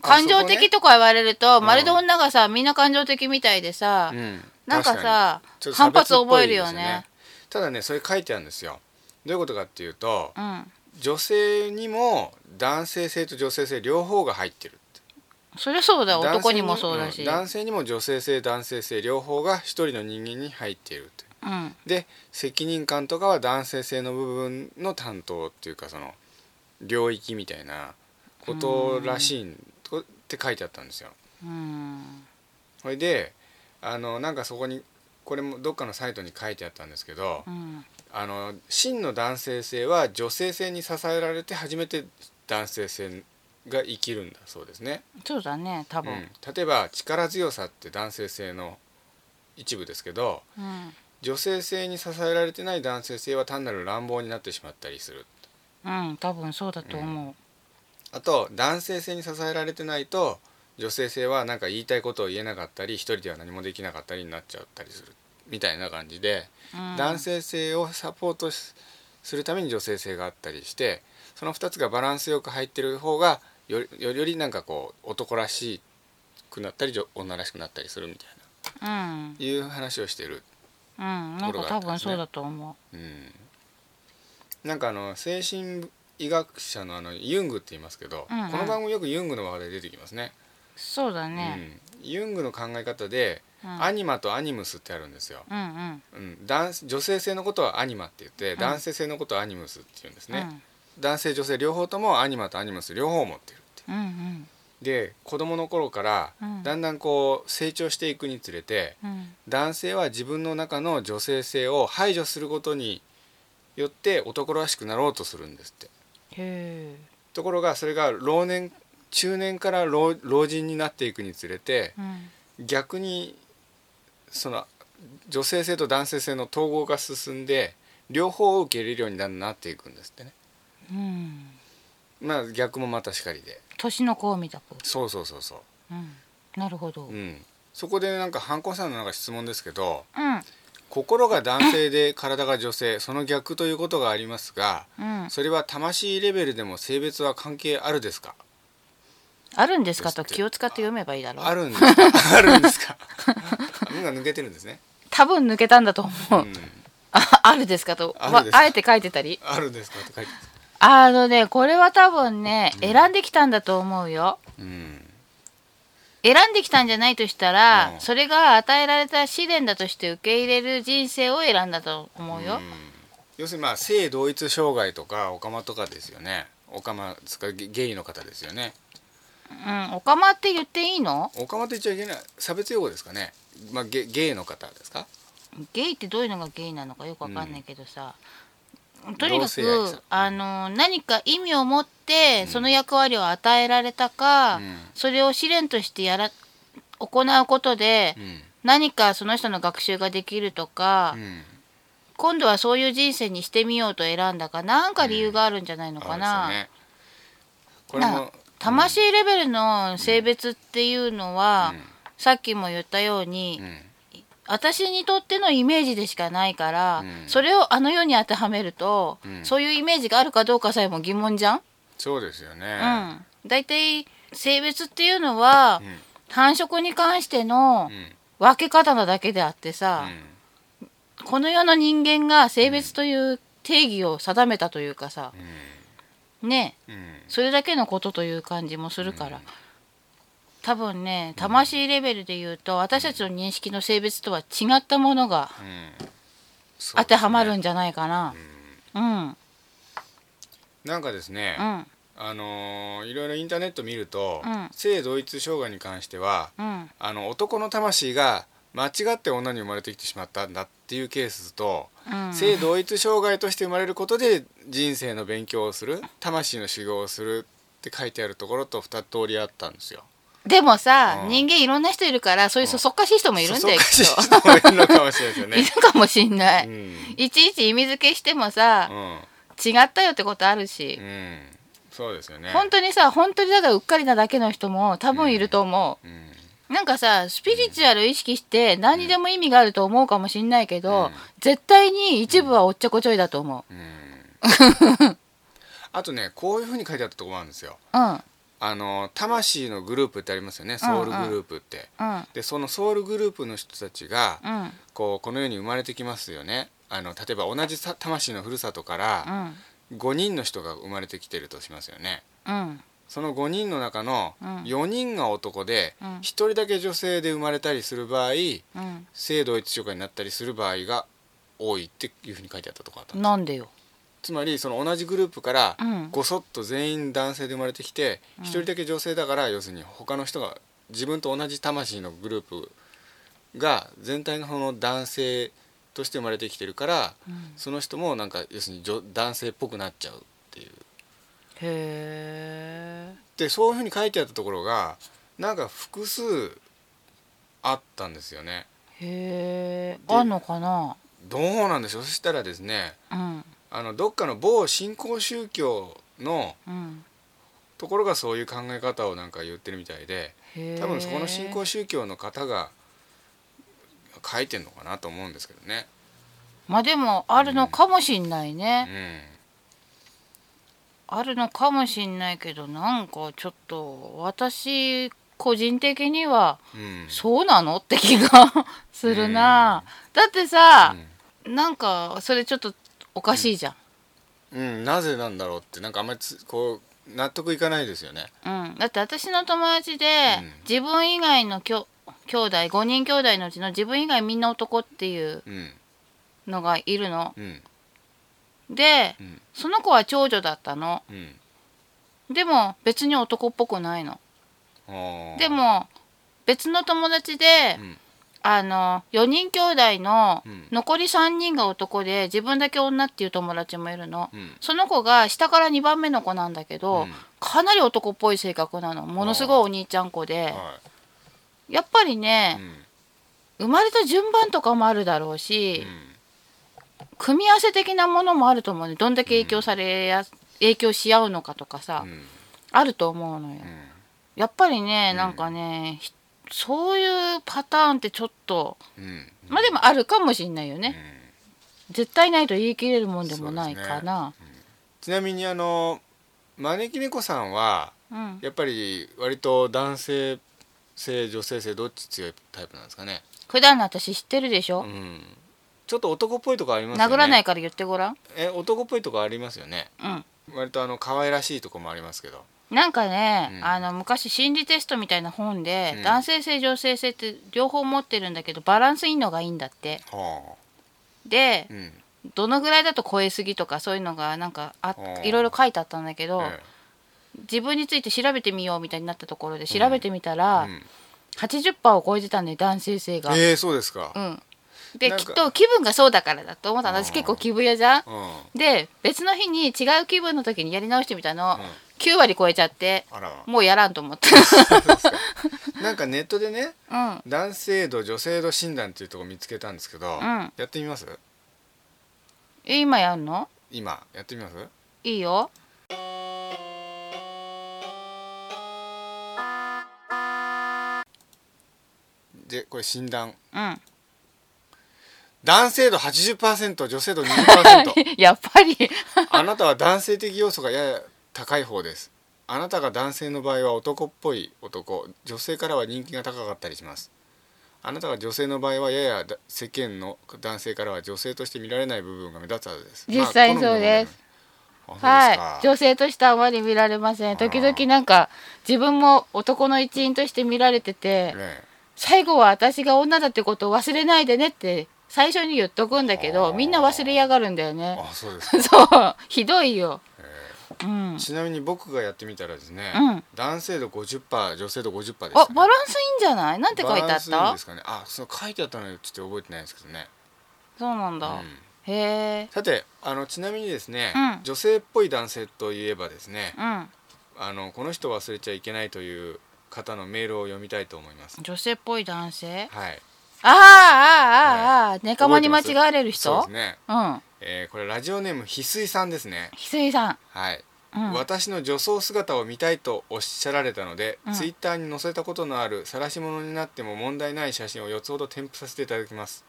A: 感情
B: そこね
A: 的とか言われると、
B: ん
A: まるで女がさみんな感情的みたいでさ、
B: うん、
A: なんか
B: 確に
A: さ
B: ちょっと差
A: 反
B: 別
A: 発
B: っぽ
A: 覚
B: い
A: え
B: で
A: る
B: す
A: よね
B: ただねそれ書いてあるんですよどういうことかっていうと
A: うん
B: 女性にも男性性と女性性両方が入ってる
A: そりゃそうだ
B: 男性
A: 男にもそうだし
B: ん男性にも女性性男性性両方が一人の人間に入っているという
A: うん
B: で責任感とかは男性性の部分の担当っていうかその領域みたいなことらしいんこって書いてあったんですよ。
A: うん
B: それであのなんかそこにこれもどっかのサイトに書いてあったんですけど
A: うん
B: あの真の男性性は女性性に支えられて初めて男性性が生きるんだそうですね。
A: そうだね多
B: う
A: 分、
B: ん、例えば力強さって男性性の一部ですけど
A: うん
B: 女性性に支えられてない男性性は単なる乱暴になってしまったりする
A: うん、多分そうだと思う、
B: あと男性性に支えられてないと女性性はなんか言いたいことを言えなかったり一人では何もできなかったりになっちゃったりするみたいな感じで、
A: うん
B: 男性性をサポートしするために女性性があったりしてその2つがバランスよく入ってる方がよりよりなんかこう男らしくなったり女女らしくなったりするみたいな
A: うん
B: いう話をしてる。
A: うん、なんか多分そうだと思
B: うん、なんかあの精神医学者のあのユングって言いますけど、
A: うんうん
B: この番組よくユングの話題出てきますね。
A: う。そうだね。
B: うん、ユングの考え方で、
A: うん、
B: アニマとアニムスってあるんですよ、
A: うんうん
B: うん、男女性性のことはアニマって言って、男性性のことはアニムスって言うんですね、男性女性両方ともアニマとアニムス両方持ってるって
A: うんうん
B: で子供の頃から
A: うん
B: だんだんこう成長していくにつれて、
A: うん
B: 男性は自分の中の女性性を排除することによって男らしくなろうとするんですって
A: へ
B: ところがそれが老年中年から老老人になっていくにつれて
A: えうん
B: 逆にその女性性と男性性の統合が進んで両方を受け入れるようにだんだんなっていくんですってね
A: うん
B: まあ逆もまたしかりで
A: 年の子を見たく。
B: そうそうそうそ
A: うんなるほど。う
B: ううんんそこでなんかハンコさんのなんか質問ですけど心が男性で体が女性その逆ということがありますが
A: うん
B: それは魂レベルでも性別は関係あるですか
A: あるんですかと気を使って読めばいいだろ
B: あ
A: う。
B: るんですか あるんですか目が抜けてるんですね
A: 多分抜けたんだと思
B: う
A: う。
B: ん
A: ああるですかと
B: ある
A: わ
B: ですか
A: あえて書いてたり。
B: あるんですかって書いてます
A: あのねこれは多分ね選んできたんだと思うよ。
B: うん
A: 選んできたんじゃないとしたら、
B: うん
A: それが与えられた試練だとして受け入れる人生を選んだと思うよ。
B: 要するにまあ性同一障害とかオカマとかですよねオカマつかゲゲイの方ですよね
A: うん、オカマって言っていいの
B: オカマって言っちゃいけない差別用語ですかねまあゲゲイの方ですか
A: ゲイってどういうのがゲイなのかよくわかんないけどさ、とに
B: 同
A: か
B: 性愛者
A: くあの何か意味を持ってその役割を与えられたか、
B: うん
A: それを試練としてやら行うことで
B: うん
A: 何かその人の学習ができるとか、
B: うん
A: 今度はそういう人生にしてみようと選んだかなんか理由があるんじゃないのか
B: あ
A: な。
B: るんですよねこれ
A: な
B: も
A: あ魂レベルの性別っていうのは、
B: うん
A: さっきも言ったように、
B: うん
A: 私にとってのイメージでしかないから、
B: うん
A: それをあの世に当てはめると、
B: うん
A: そういうイメージがあるかどうかさえも疑問じゃん、
B: そうですよね、
A: うん、だいたい性別っていうのは、
B: うん
A: 繁殖に関しての
B: うん
A: 分け方なだけであってさ、この世の人間が性別という定義を定めたというかさ、ね
B: うんうん
A: それだけのことという感じもするから、多分ね魂レベルで言うと私たちの認識の性別とは違ったものが
B: うんそうですね
A: 当てはまるんじゃないかな。うん、
B: なんかですね、
A: うん、
B: あのーいろいろインターネット見ると、
A: うん
B: 性同一障害に関しては
A: うん、
B: あの男の魂が間違って女に生まれてきてしまったんだっていうケースと、
A: うん、
B: 性同一障害として生まれることで人生の勉強をする魂の修行をするって書いてあるところと2通りあったんですよ。
A: でもさ、
B: うん
A: 人間いろんな人いるからそういうそそっかしい人もいるんだよ、
B: そ
A: きっ
B: そっかしい人もいるのかもしれない
A: と。い
B: で す
A: るかもしんな
B: よ
A: い。
B: ね。
A: いちいち意味付けしてもさ
B: う、ん、
A: 違ったよってことあるし
B: うん、う、ん、そうですよね。
A: 本当にさ本当にただうっかりなだけの人も多分いると思
B: うん、うん
A: う、なんかさスピリチュアル意識して何にでも意味があると思うかもしんないけど、
B: うん
A: 絶対に一部はおっちょこちょいだと思う
B: あとねこういうふうに書いてあったところなんですよ。
A: うんうん
B: あの魂のグループってありますよねソウルグループって。
A: うん
B: でそのソウルグループの人たちが、
A: うん
B: こうこの世に生まれてきますよね。あの例えば同じさ魂のふるさとから5人の人が生まれてきてるとしますよね。
A: うん
B: その5人の中の
A: うん
B: 4人が男で
A: うん
B: 1人だけ女性で生まれたりする場合
A: うん
B: 性同一障害になったりする場合が多いっていうふうに書いてあったとこあった
A: なんでよ
B: つまりその同じグループから
A: うん
B: ごそっと全員男性で生まれてきて
A: うん
B: 1人だけ女性だから要するに他の人が自分と同じ魂のグループが全体のその男性として生まれてきてるから
A: うん
B: その人もなんか要するに女男性っぽくなっちゃうっていう
A: へえ
B: でそういうふうに書いてあったところがなんか複数あったんですよね
A: へえあんのかな
B: どうなんでしょうそしたらですね
A: うん
B: あのどっかの某新興宗教の
A: うん
B: ところがそういう考え方をなんか言ってるみたいで
A: へえ
B: 多分そこの新興宗教の方が書いてんのかなと思うんですけどね。
A: まあでもあるのかもしんないね、
B: う
A: あるのかもしんないけどなんかちょっと私個人的には
B: んうん
A: そうなのって気がするな、だってさ
B: う、ん
A: なんかそれちょっとおかしいじゃん、
B: うん、なぜなんだろうってなんかあんまりつこう納得いかないですよね。
A: うんだって私の友達で、
B: うん
A: 自分以外のきょ兄弟5人兄弟のうちの自分以外みんな男っていう
B: うん
A: のがいるの
B: うん
A: で
B: うん
A: その子は長女だったの
B: うん
A: でも別に男っぽくないの
B: あー
A: でも別の友達で、
B: うん
A: あの4人兄弟の
B: うん
A: 残り3人が男で自分だけ女っていう友達もいるの、
B: うん
A: その子が下から2番目の子なんだけど、
B: うん
A: かなり男っぽい性格なのものすごいお兄ちゃん子で
B: は
A: やっぱり
B: い
A: ね、生まれた順番とかもあるだろう
B: うん
A: し
B: う、ん
A: 組み合わせ的なものもあると思うねどんだけ影響されや、影響し合うのかとかさ、
B: うん
A: あると思うのよ。
B: うん
A: やっぱりね、
B: ん
A: なんかねひそういうパターンってちょっと
B: うん
A: まあでもあるかもしんないよ
B: う
A: ね、
B: ん
A: 絶対ないと言い切れるもんでもないかな
B: ちなみにあの招き猫さんは
A: うん
B: やっぱり割と男性性女性性どっち強いタイプなんですかね。
A: 普段の私知ってるでし
B: う
A: ょ、
B: ん。ちょっと男っぽいとこありますよね。
A: 殴らない。から言ってごらん
B: え男っぽいとこありますよね。
A: うん
B: 割とあの可愛らしいとこもありますけど。
A: なんかね、
B: うん
A: あの昔心理テストみたいな本で、
B: うん
A: 男性性女性性って両方持ってるんだけどバランスいいのがいいんだって
B: は
A: で
B: あ。うん。
A: どのぐらいだと超えすぎとかそういうのがなんかあっ
B: あー
A: いろいろ書いてあったんだけど、
B: え
A: 自分について調べてみようみたいになったところで調べてみたら、
B: えうん
A: 80%を超えてたんだよ男性性が。
B: ええそうですか。
A: うん、で
B: なん
A: き
B: か
A: っと気分がそうだからだと思ったの
B: あー
A: 私結構気分屋じゃん。
B: うん。あ
A: で別の日に違う気分の時にやり直してみたの、
B: うん
A: 9割超えちゃって
B: ら。
A: もうやらんと思った。
B: なんかネットでね
A: うん
B: 男性度女性度診断っていうとこ見つけたんですけど、
A: ん
B: やってみます？
A: え今やんの
B: 今やってみます？
A: いいよ
B: でこれ診断
A: うん
B: 男性度80%女性度 20%
A: やっぱり
B: あなたは男性的要素がやや高い方ですあなたが男性の場合は男っぽい男女性からは人気が高かったりしますあなたが女性の場合はややだ世間の男性からは女性として見られない部分が目立つはずです
A: 実際
B: まあ
A: そうです
B: 好みの問題あ
A: は
B: そ
A: い
B: うですか
A: 女性としてはあまり見られません時々なんか自分も男の一員として見られてて、
B: ね
A: 最後は私が女だってことを忘れないでねって最初に言っとくんだけ
B: あ
A: ど
B: ー
A: みんな忘れやがるんだよ
B: え
A: ね
B: あそうですか
A: そうひどいよ、うん
B: ちなみに僕がやってみたらですね、
A: うん
B: 男性度50%女性度50%で
A: あ
B: す、ね
A: バランスいいんじゃないなんて書いて
B: バ
A: あ
B: ラン
A: っ
B: スいいん
A: た
B: ですかねあその書いてあったのよちょっと覚えてないですけどね、
A: そうなんだ、
B: うん
A: へえ
B: さてあのちなみにですね、
A: うん
B: 女性っぽい男性といえばですね
A: うん
B: あのこの人忘れちゃいけないという方のメールを読みたいと思います
A: 女性っぽい男性
B: はい
A: あーあーあーあーネカマに間
B: 覚え
A: 違
B: てます
A: われる
B: そうで
A: 人
B: すね、
A: うん
B: えーこれラジオネーム翡翠さんですね
A: 翡翠さん
B: はい、
A: うん
B: 私の女装姿を見たいとおっしゃられたので、
A: うん
B: ツイッターに載せたことのある晒し物になっても問題ない写真を4つほど添付させていただきます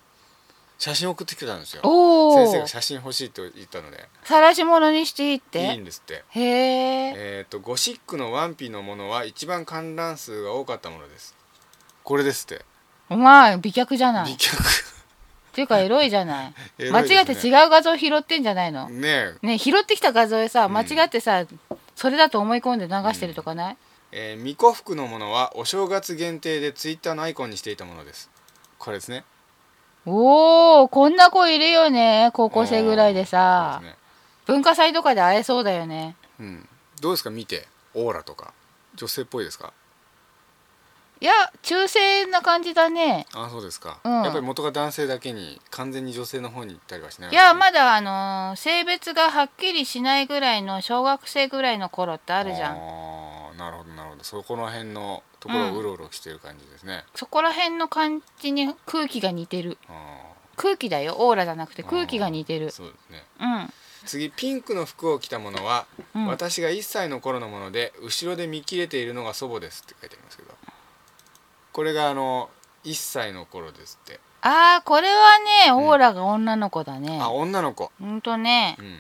B: 写真送ってきてたんですよ
A: お
B: 先生が
A: お
B: 写真欲しいと言ったので
A: 晒し物にしていいっ
B: いい
A: て
B: んですって
A: へえ
B: えー、とゴシックのワンピのものは一番観覧数が多かったものですこれですって
A: お前美脚じゃない
B: 美
A: っ
B: 脚
A: ていうかエロいじゃない
B: エロ
A: 間
B: いですね
A: 違って違う画像拾ってんじゃないの
B: ね
A: ね拾ってきた画像でさ
B: ん
A: 間違ってさ、それだと思い込んで流してるとかない、
B: ええー、巫女服のものはお正月限定でツイッターのアイコンにしていたものですこれですね
A: おおこんな子いるよね高校生ぐらいでさ、
B: そうですね
A: 文化祭とかで会えそうだよね
B: うん、どうですか見てオーラとか女性っぽいですか
A: いや中性な感じだね
B: あそうですか、
A: うん
B: やっぱり元が男性だけに完全に女性の方に行ったりはしない
A: いや
B: あ
A: まだあのー性別がはっきりしないぐらいの小学生ぐらいの頃ってあるじゃん
B: あーなるほどなるほどそこの辺のところをうろうろしてる感じですね、
A: そこら辺の感じに空気が似てる
B: あ
A: 空気だよオーラじゃなくて
B: ー
A: 空気が似てる
B: そうですね
A: うん
B: 次ピンクの服を着たものは、
A: うん
B: 私が1歳の頃のもので後ろで見切れているのが祖母ですって書いてありますけどこれがあの1歳の頃ですって、
A: ああこれはねオーラが女の子だね
B: あ女の子
A: ほんとね
B: うん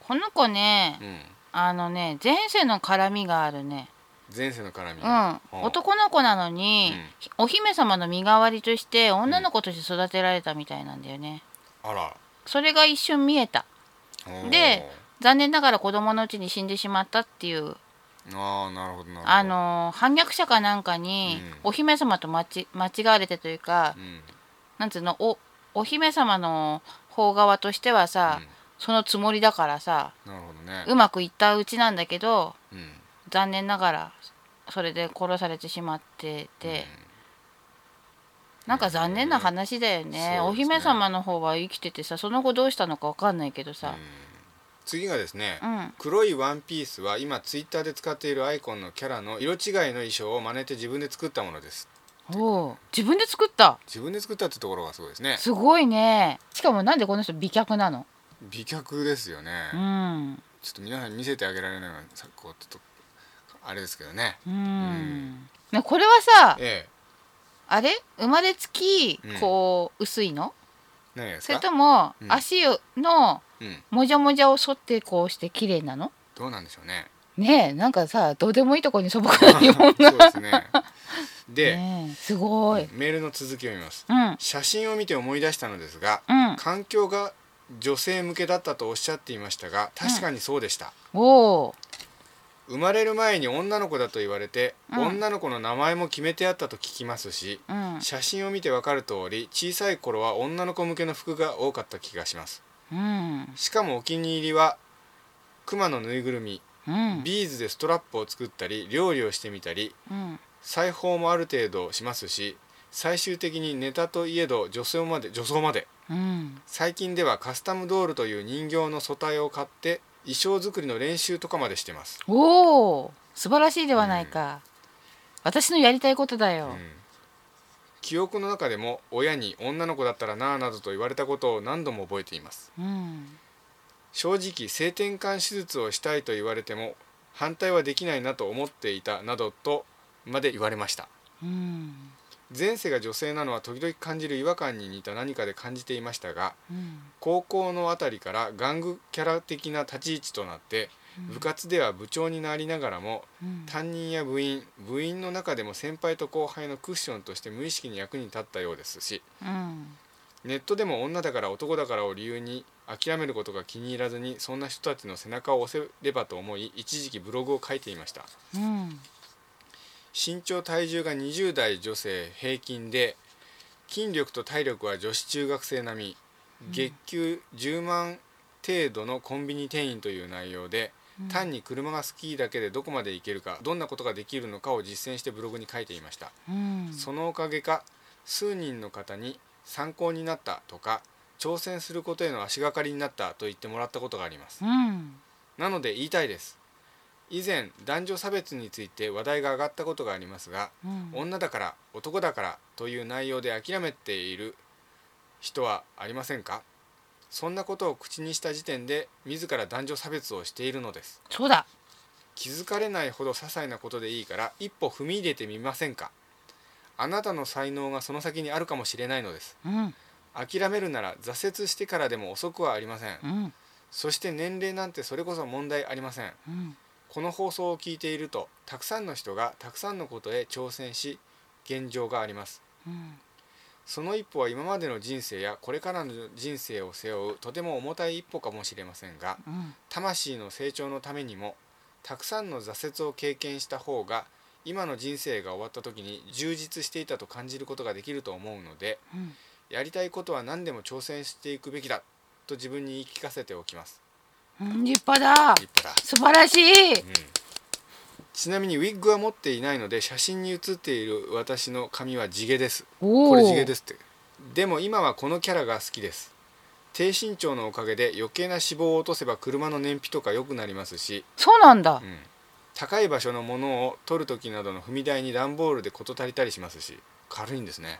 A: この子ね
B: うん
A: あのね前世の絡みがあるね
B: 前世の絡み
A: うん、男の子なのに、お姫様の身代わりとして女の子として育てられたみたいなんだよね
B: あら
A: それが一瞬見えた
B: おー
A: で残念ながら子供のうちに死んでしまったっていう
B: ああなるほどなるほど
A: あのー反逆者かなんかに
B: うん
A: お姫様と間違間違われてというか
B: うん
A: なんつうのおお姫様の方側としてはさ、そのつもりだからさ
B: うんなるほどね
A: うまくいったうちなんだけど
B: うん
A: 残念ながらそれで殺されてしまってて、なんか残念な話だよね,、
B: そう
A: お
B: ですね
A: 姫様の方は生きててさその後どうしたのかわかんないけどさ
B: 次がですね、
A: うん、
B: 黒いワンピースは今ツイッターで使っているアイコンのキャラの色違いの衣装を真似て自分で作ったものです
A: おう自分で作った
B: 自分で作ったってところがすごいですね
A: すごいねしかもなんでこの人美脚なの
B: 美脚ですよね、
A: うん
B: ちょっと皆さんに見せてあげられないのはさこうちょっとあれですけどね
A: うん、
B: ん
A: ねこれはさ
B: え
A: あれ生まれつき
B: うん
A: こう薄いの、
B: え何がです
A: それ
B: か
A: とも
B: うん
A: 足の
B: うん
A: もじゃもじゃを剃ってこうして綺麗なの
B: どうなんでしょうね
A: ねえなんかさどうでもいいとこに素朴な疑問
B: そうですねで、
A: ねえすごい
B: メールの続きを見ます
A: うん
B: 写真を見て思い出したのですが
A: うん
B: 環境が女性向けだったとおっしゃっていましたが確かにそうでした、
A: おお
B: 生まれる前に女の子だと言われて、
A: うん
B: 女の子の名前も決めてあったと聞きますし
A: うん
B: 写真を見てわかる通り小さい頃は女の子向けの服が多かった気がします
A: うん
B: しかもお気に入りは熊のぬいぐるみ
A: うん
B: ビーズでストラップを作ったり料理をしてみたり
A: うん
B: 裁縫もある程度しますし最終的にネタといえど女装まで女装まで
A: うん
B: 最近ではカスタムドールという人形の素体を買って衣装作りの練習とかまでしてます、
A: おお素晴らしいではないか、私のやりたいことだよ、
B: うん記憶の中でも親に女の子だったらなあなどと言われたことを何度も覚えています
A: うん、
B: 正直性転換手術をしたいと言われても反対はできないなと思っていたなどとまで言われました
A: うん、
B: 前世が女性なのは時々感じる違和感に似た何かで感じていましたが
A: うん
B: 高校のあたりから玩具キャラ的な立ち位置となって部活では部長になりながらも
A: うん
B: 担任や部員部員の中でも先輩と後輩のクッションとして無意識に役に立ったようですし
A: うん
B: ネットでも女だから男だからを理由に諦めることが気に入らずにそんな人たちの背中を押せればと思い一時期ブログを書いていました
A: うん
B: 身長体重が20代女性平均で筋力と体力は女子中学生並み月給10万程度のコンビニ店員という内容で単に車が好きだけでどこまで行けるかどんなことができるのかを実践してブログに書いていました
A: うん
B: そのおかげか数人の方に参考になったとか挑戦することへの足がかりになったと言ってもらったことがあります
A: うん
B: なので言いたいです以前男女差別について話題が上がったことがありますが
A: うん
B: 女だから男だからという内容で諦めている人はありませんかそんなことを口にした時点で自ら男女差別をしているのです
A: そうだ
B: 気づかれないほど些細なことでいいから一歩踏み入れてみませんかあなたの才能がその先にあるかもしれないのです
A: うん
B: 諦めるなら挫折してからでも遅くはありません
A: うん
B: そして年齢なんてそれこそ問題ありません
A: うん
B: この放送を聞いているとたくさんの人がたくさんのことへ挑戦し現状があります
A: うん
B: その一歩は今までの人生やこれからの人生を背負うとても重たい一歩かもしれませんが
A: うん
B: 魂の成長のためにもたくさんの挫折を経験した方が今の人生が終わった時に充実していたと感じることができると思うので
A: うん
B: やりたいことは何でも挑戦していくべきだと自分に言い聞かせておきます
A: うん立派だ
B: 立派だ、
A: 素晴らしい
B: うん、ちなみにウィッグは持っていないので写真に写っている私の髪は地毛です
A: おお
B: これ地毛ですってでも今はこのキャラが好きです低身長のおかげで余計な脂肪を落とせば車の燃費とか良くなりますし
A: そうなんだ
B: うん高い場所のものを取る時などの踏み台に段ボールで事足りたりしますし軽いんですね、
A: うん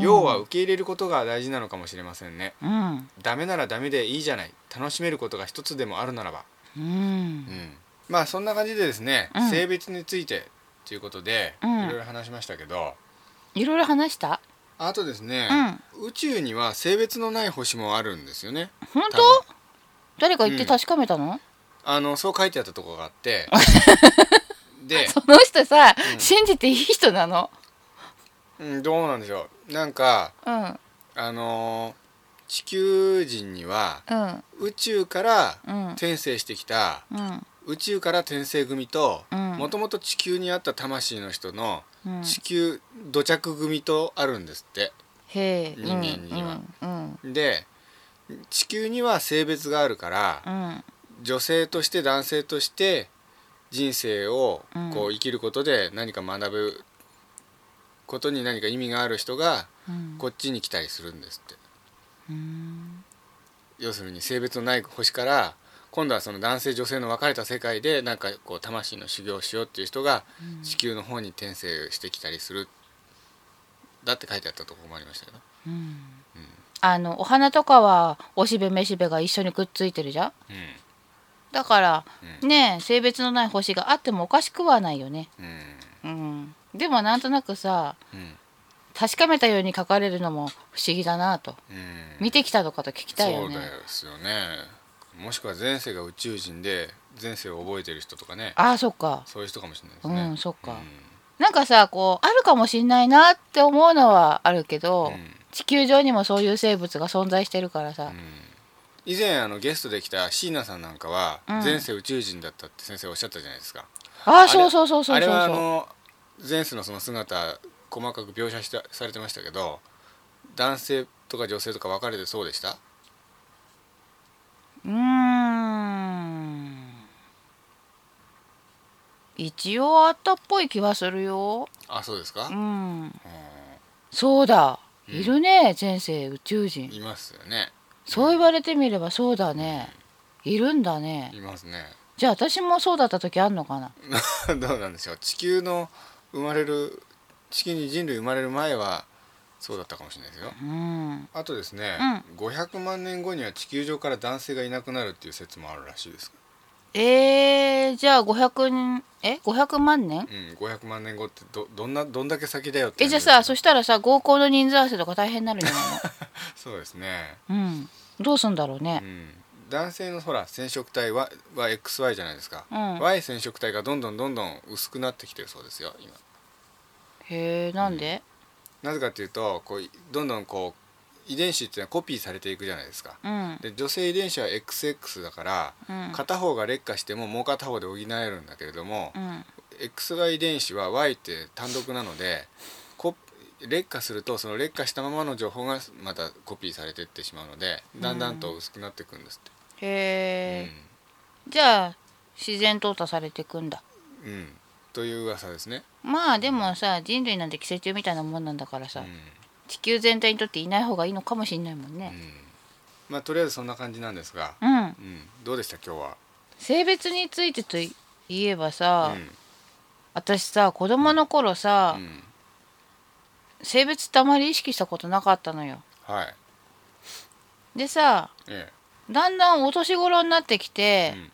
B: 要は受け入れることが大事なのかもしれませんね
A: うん
B: ダメならダメでいいじゃない楽しめることが一つでもあるならば、
A: うん
B: うんまあそんな感じでですね、
A: うん
B: 性別についてということで、
A: うん
B: いろいろ話しましたけど
A: いろいろ話した
B: あとですね、宇宙には性別のない星もあるんですよね
A: 本当
B: 多分
A: 誰か言って確かめたの
B: あのそう書いてあったとこがあってで
A: その人さ
B: うん
A: 信じていい人なの
B: うん、どうなんでしょうなんか
A: うんうん
B: あのー地球人には
A: うん
B: 宇宙から
A: うん
B: 転生してきた
A: うん
B: 宇宙から転生組と
A: うん
B: もともと地球にあった魂の人の
A: うん
B: 地球土着組とあるんですって
A: へえ
B: 人間には
A: うん
B: で地球には性別があるから
A: うん
B: 女性として男性として人生を
A: う
B: こう生きることで何か学ぶことに何か意味がある人が
A: うん
B: こっちに来たりするんですって
A: うん
B: 要するに性別のない星から今度はその男性女性の分かれた世界でなんかこう魂の修行をしようっていう人が地球の方に転生してきたりするだって書いてあったところもありましたけど、
A: うんあのお花とかはおしべめしべが一緒にくっついてるじゃんだからねえ性別のない星があってもおかしくはないよねう
B: うん
A: んでもなんとなくさ
B: うんうん
A: 確かめたように書かれるのも不思議だなと
B: うん
A: 見てきたのかと聞きたいよね
B: そうですよねもしくは前世が宇宙人で前世を覚えてる人とかね
A: ああそっか
B: そういう人かもしれないです
A: う
B: ね、
A: んそっか、
B: う
A: なんかさこうあるかもしんないなって思うのはあるけど、
B: うん
A: 地球上にもそういう生物が存在してるからさ
B: ん、以前あのゲストで来た椎名さんなんかは
A: うん
B: 前世宇宙人だったって先生おっしゃったじゃないですか、
A: あ
B: あ
A: あ
B: れ
A: そうそうそうそうそ
B: あれ
A: う
B: はあ
A: そう
B: の前世のその姿細かく描写したされてましたけど男性とか女性とか分かれてそうでした
A: うーん一応あったっぽい気はするよ
B: あそうですか、
A: うん
B: う
A: そうだ
B: うん
A: いるね、前世宇宙人
B: んいますよね
A: そう言われてみればそうだねいるんだね
B: いますね
A: じゃあ私もそうだった時あんのかな
B: どうなんでしょう地球の生まれる地球に人類生まれる前はそうだったかもしれないですよ
A: うん
B: あとですね、500万年後には地球上から男性がいなくなるっていう説もあるらしいです
A: えー、じゃあ500人え500万年
B: うん、500万年後ってどどんなどんだけ先だよって
A: えじゃあさそしたらさ合コンの人数合わせとか大変になるんじゃない
B: そうですね、
A: の うんどうすんだろう
B: う
A: ね
B: ん、男性のほら染色体はは XY じゃないですか、
A: うん
B: Y 染色体がどんどんどんどん薄くなってきてるそうですよ今
A: へえなんで
B: なぜかっていうとこういどんどんこう遺伝子っていうのはコピーされていくじゃないですか
A: うん
B: で女性遺伝子は XX だから、
A: うん
B: 片方が劣化してももう片方で補えるんだけれども、
A: うん
B: XY 遺伝子は Y って単独なのでコ劣化するとその劣化したままの情報がまたコピーされていってしまうのでだんだんと薄くなっていくんですっ
A: へ
B: て。
A: え、じゃあ自然淘汰されていくんだ
B: うんうんという噂ですね。
A: まあでもさ人類なんて寄生虫みたいなもんなんだから
B: う
A: さ、
B: ん
A: 地球全体にとっていない方がいいのかもしれないもん
B: う
A: ね
B: んまあとりあえずそんな感じなんですが、
A: うん、
B: うん、どうでした今日は。
A: 性別についてとい言えばさ、
B: うん
A: 私さ子供の頃さ、
B: うん
A: 性別ってあまり意識したことなかったのよ
B: はい。
A: でさ
B: え
A: だんだんお年頃になってき
B: え
A: て、
B: うん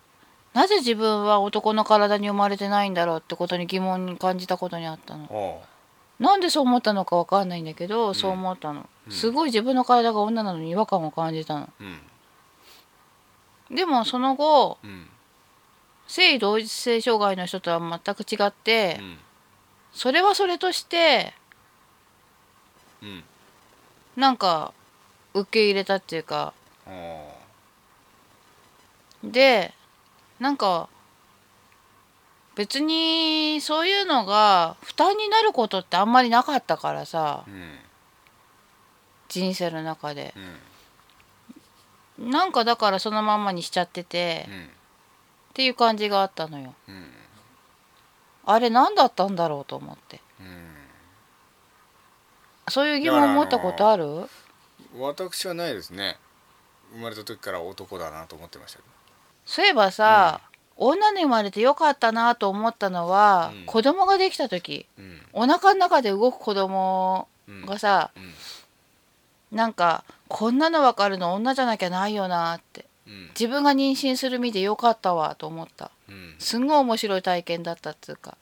A: なぜ自分は男の体に生まれてないんだろうってことに疑問に感じたことにあったの
B: おう
A: なんでそう思ったのかわかんないんだけど、そう思ったの、
B: うん
A: すごい自分の体が女なのに違和感を感じたの
B: うん
A: でもその後
B: うん
A: 性同一性障害の人とは全く違って、
B: うん
A: それはそれとして
B: うん
A: なんか受け入れたっていうか
B: おう
A: でなんか別にそういうのが負担になることってあんまりなかったからさ
B: うん
A: 人生の中で
B: うん
A: なんかだからそのまんまにしちゃってて
B: うん
A: っていう感じがあったのよ
B: うん
A: あれ何だったんだろうと思って
B: うん
A: そういう疑問持ったことある
B: 私はないですね生まれた時から男だなと思ってましたけ
A: そういえばさ、女に生まれてよかったなと思ったのは、
B: うん
A: 子供ができた時
B: どうん
A: お腹の中で動く子供
B: うん
A: がさ、
B: うん
A: なんかこんなの分かるの女じゃなきゃないよなって
B: うん
A: 自分が妊娠する身でよかったわと思った
B: うん
A: すんごい面白い体験だったっつうか、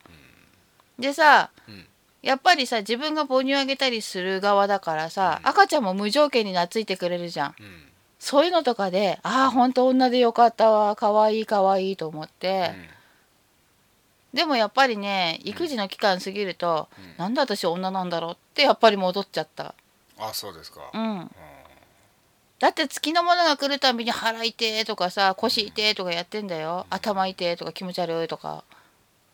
A: でさ
B: うん
A: やっぱりさ自分が母乳あげたりする側だからさ、赤ちゃんも無条件に懐いてくれるじゃん
B: うん
A: そういうのとかでああほんと女でよかったわかわいいかわいいと思って、でもやっぱりね育児の期間過ぎると、
B: うん
A: なんで私女なんだろうってやっぱり戻っちゃった
B: あそうですか
A: うんだって月のものが来るたびに腹痛えとかさ腰痛えとかやってんだよ頭痛えとか気持ち悪いとか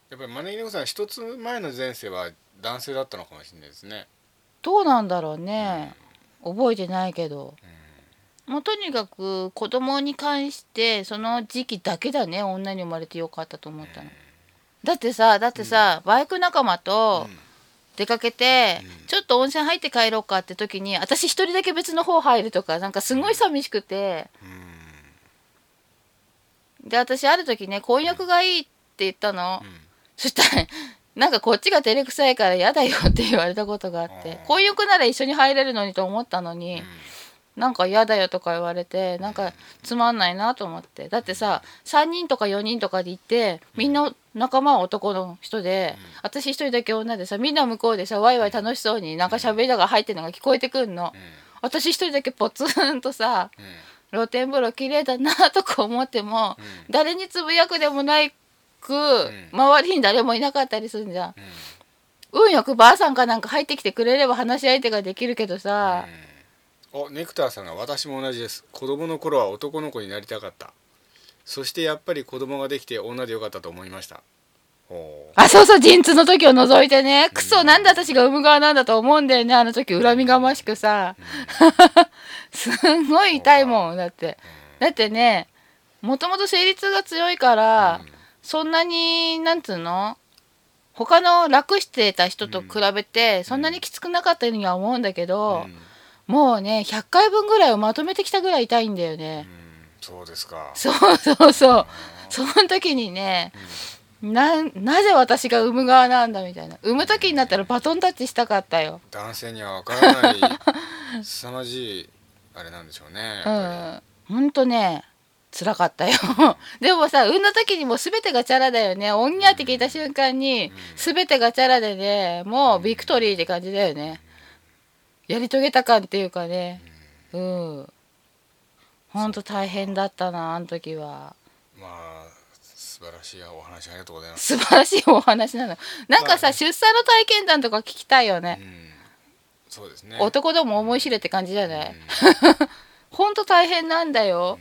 B: やっぱり招き猫さん一つ前の前世は男性だったのかもしれないですね
A: どうなんだろうね覚えてないけどもうとにかく子供に関してその時期だけだね女に生まれてよかったと思ったのだってさだってさバイク仲間と出かけてちょっと温泉入って帰ろうかって時に私一人だけ別の方入るとかなんかすごい寂しくて。
B: うん
A: で私ある時ね婚約がいいって言ったの、
B: うん
A: そしたらなんかこっちが照れくさいから嫌だよって言われたことがあって
B: あー
A: 婚約なら一緒に入れるのにと思ったのに、
B: うん
A: なんか嫌だよとか言われてなんかつまんないなと思ってだってさ3人とか4人とかで行ってみんな仲間は男の人で、私一人だけ女でさみんな向こうでさワイワイ楽しそうになんか喋りながら入ってるのが聞こえてくんの、私一人だけポツンとさ
B: うん
A: 露天風呂綺麗だなとか思っても、
B: う
A: 誰につぶやくでもないく、
B: ん
A: 周りに誰もいなかったりするんじゃん
B: うんうん
A: 運よくばあさんかなんか入ってきてくれれば話し相手ができるけどさ、
B: うんおネクターさんが私も同じです子供の頃は男の子になりたかったそしてやっぱり子供ができて女でよかったと思いましたほ
A: あそうそう陣痛の時を除いてねクソなんで私が産む側なんだと思うんだよねあの時恨みがましくさ、 すんごい痛いもんだってだってねもともと生理痛が強いから、
B: うん
A: そんなになんつうの他の楽してた人と比べてそんなにきつくなかったようには思うんだけ
B: う
A: ど、
B: うん
A: もうね100回分ぐらいをまとめてきたぐらい痛いんだよね、
B: そうですか
A: そうそうそうその時にね、ななぜ私が産む側なんだみたいな産む時になったらバトンタッチしたかったよ
B: 男性にはわから ない凄まじいあれなんでしょうね
A: う
B: やっぱ
A: んほんとね辛かったよ でもさ産んだ時にもう全てがチャラだよねオンニャって聞いた瞬間に全てがチャラでねもうビクトリーって感じだよねやり遂げた感っていうかねうんほんと大変だったなあの時は
B: まあ素晴らしいお話ありがとうございます、
A: 素晴らしいお話なのなんか
B: ま
A: さ
B: あ
A: 出産の体験談とか聞きたいよね
B: うん、そうですね
A: 男ども思い知れって感じじゃない
B: うん
A: ほんと大変なんだよ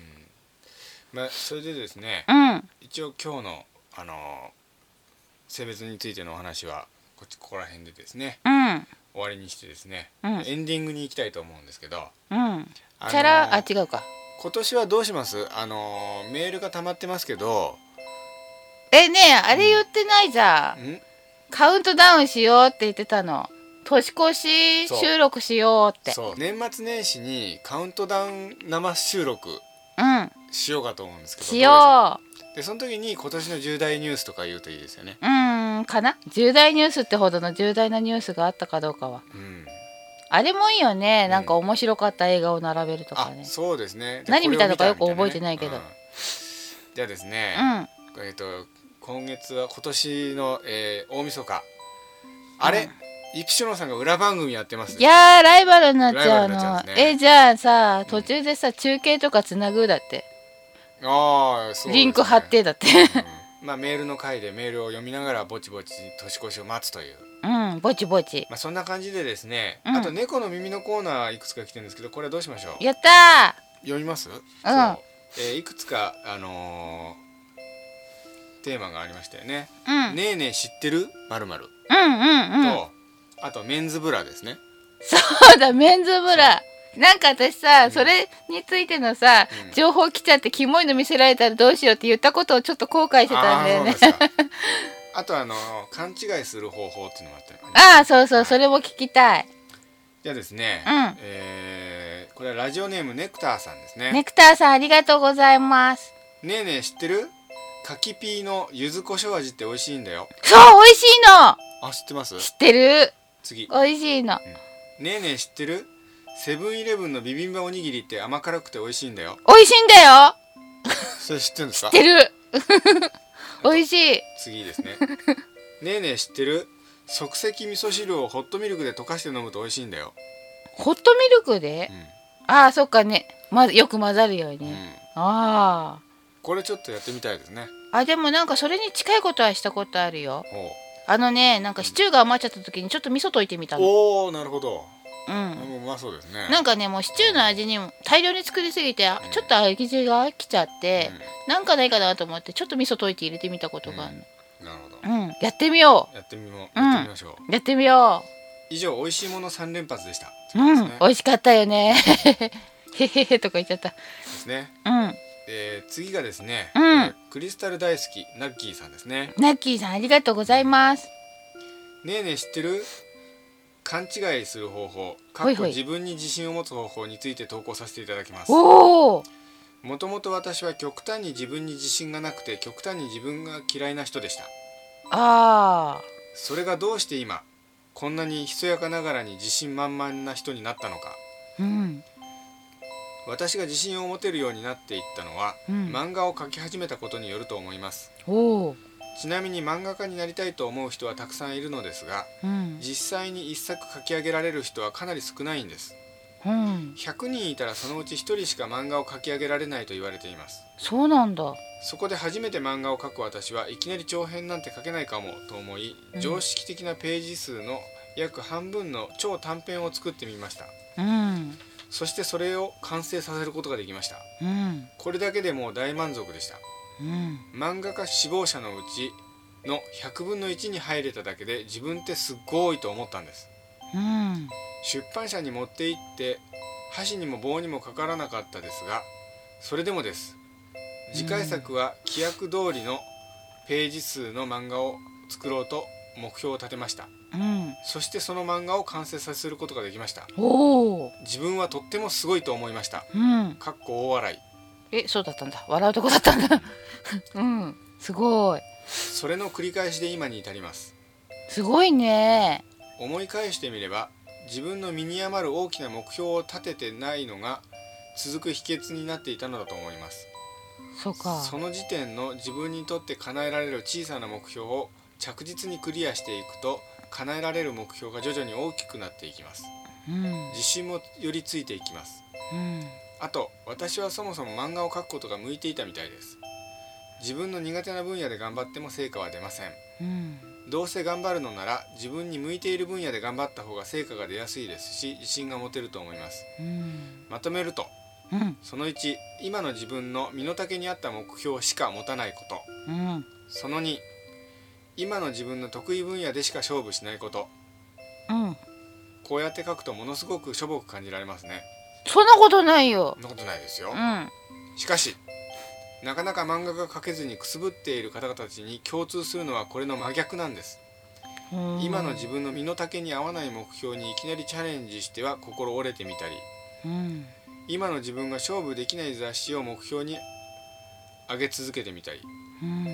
B: まあ、それでですね
A: うん
B: 一応今日のあの性別についてのお話はこっちここら辺でですね
A: うん
B: 終わりにしてですね、
A: うん
B: エンディングに行きたいと思うんですけど、
A: うん
B: あの
A: チャラあ違うか
B: 今年はどうしますあのメールが溜まってますけど
A: えねえあれ言ってないじゃん、
B: ん
A: カウントダウンしようって言ってたの年越し
B: そう
A: 収録しようってう
B: そう年末年始にカウントダウン生収録
A: ん
B: しようかと思うんですけど
A: し
B: ど
A: よ
B: うでしょうでその時に今年の重大ニュースとか言うといいですよね
A: ううんかな重大ニュースってほどの重大なニュースがあったかどうかは
B: うん
A: あれもいいよね、
B: ん
A: なんか面白かった映画を並べるとか
B: あ
A: ね
B: そうですねで
A: 何
B: これを
A: 見たのかよく
B: みた
A: 覚えてないけど
B: うんじゃあです
A: う
B: ね、
A: ん
B: えっと今月は今年の、えー、大晦日あれ、イプシロンさんが裏番組やってます
A: いやーライバルになっちゃう
B: ライバルになっちゃうん
A: の
B: ですね
A: えじゃあさ途中でさ中継とかつなぐだって、
B: ああそうですね
A: リンク貼ってだって
B: うんまあメールの回でメールを読みながらぼちぼち年越しを待つという、
A: うんぼちぼち
B: まあ、そんな感じでですね、
A: うん
B: あと猫の耳のコーナーいくつか来てるんですけどこれはどうしましょう
A: やった
B: 読みます、そうえーいくつかあのーテーマがありましたよね
A: ーう
B: 「
A: ん、
B: ねえねえ知ってるまるまる
A: うんうんうん
B: と、あとメンズブラですね
A: そうだメンズブラなんか私さ、それについてのさ、
B: うん
A: 情報来ちゃってキモいの見せられたらどうしようって言ったことをちょっと後悔してたんだよね
B: あーそう ですかあとあのー勘違いする方法っていうのもあったよね
A: ああそうそうそれも聞きたい
B: じゃあですね、
A: うん
B: えーこれはラジオネームネクターさんですね
A: ネクターさんありがとうございます
B: ねえねえ知ってる柿ピーの柚子胡椒味って美味しいんだよ
A: そう美味しいの
B: あ知ってます
A: 知ってる
B: 次ね
A: 美味しいの
B: えねえ知ってるセブンイレブンのビビンバおにぎりって甘辛くて美味しいんだよ
A: 美味しいんだよ
B: それ知ってるんです
A: 知
B: か
A: って る美味しい
B: 次ですねねえねえ知ってる即席味噌汁をホットミルクで溶かして飲むと美味しいんだよ、
A: ホットミルクで
B: う、ん
A: ああそっかね、ま、よく混ざるように、
B: うん
A: あ
B: これちょっとやってみたいですね
A: ああでもなんかそれに近いことはしたことあるよ
B: ほ
A: あのねなんかシチューが余っちゃった時にちょっと味噌溶いてみた
B: う
A: の
B: おおなるほど
A: う
B: うんんうまそうですね
A: なんかねもうシチューの味にも大量に作りすぎてあちょっと味地が飽きちゃって、なんかないかなと思ってちょっと味噌溶いて入れてみたことがあるの
B: なるほど
A: うん、やってみよ
B: やってみも
A: うん
B: やってみましょう、
A: うやってみよ
B: 以上美味しいもの三連発でした
A: うう
B: そ
A: ん美味しかったよね へへへとか言っちゃった
B: うですね
A: うん
B: えー次がですね、
A: うん
B: えークリスタル大好きナッキーさんですね
A: ナッキーさんありがとうございます
B: ねえねえ知ってる勘違いする方法か
A: ほい
B: っ
A: ほ
B: こ
A: い
B: 自分に自信を持つ方法について投稿させていただきます
A: おお
B: もともと私は極端に自分に自信がなくて極端に自分が嫌いな人でした
A: あ
B: それがどうして今こんなにひそやかながらに自信満々な人になったのか
A: ーうん
B: 私が自信を持てるようになっていったのは、
A: うん
B: 漫画を描き始めたことによると思います
A: おお
B: ちなみに漫画家になりたいと思う人はたくさんいるのですが
A: うん
B: 実際に一作書き上げられる人はかなり少ないんです
A: うん
B: 100人いたらそのうち1人しか漫画を書き上げられないと言われています
A: そうなんだ
B: そこで初めて漫画を描く私はいきなり長編なんて書けないかもと思い
A: うん
B: 常識的なページ数の約半分の超短編を作ってみました
A: うん
B: そしてそれを完成させることができました
A: うん
B: これだけでもう大満足でした
A: うん
B: 漫画家志望者のうちの100分の1に入れただけで自分ってすっごいと思ったんです
A: うん
B: 出版社に持って行って箸にも棒にもかからなかったですがそれでもです次回作は規約通りのページ数の漫画を作ろうと目標を立てました
A: うん
B: そしてその漫画を完成させることができました
A: おお
B: 自分はとってもすごいと思いました
A: うん
B: かっこ大笑い
A: えそうだったんだ笑うとこだったんだうんすごい
B: それの繰り返しで今に至ります
A: すごいね
B: 思い返してみれば自分の身に余る大きな目標を立ててないのが続く秘訣になっていたのだと思います
A: そうか
B: その時点の自分にとって叶えられる小さな目標を着実にクリアしていくと叶えられる目標が徐々に大きくなっていきます
A: うん
B: 自信もよりついていきます
A: うん
B: あと私はそもそも漫画を描くことが向いていたみたいです自分の苦手な分野で頑張っても成果は出ません
A: うん
B: どうせ頑張るのなら自分に向いている分野で頑張った方が成果が出やすいですし自信が持てると思います
A: うん
B: まとめると
A: うん
B: その1今の自分の身の丈に合った目標しか持たないこ
A: う
B: と
A: ん
B: その2今の自分の得意分野でしか勝負しないこと
A: うん
B: こうやって書くとものすごくしょぼく感じられますね
A: そんなことないよ
B: そんなことないです
A: う
B: よ
A: ん
B: しかしなかなか漫画が描けずにくすぶっている方々たちに共通するのはこれの真逆なんです
A: うん
B: 今の自分の身の丈に合わない目標にいきなりチャレンジしては心折れてみたり
A: うん
B: 今の自分が勝負できない雑誌を目標に上げ続けてみたり
A: うん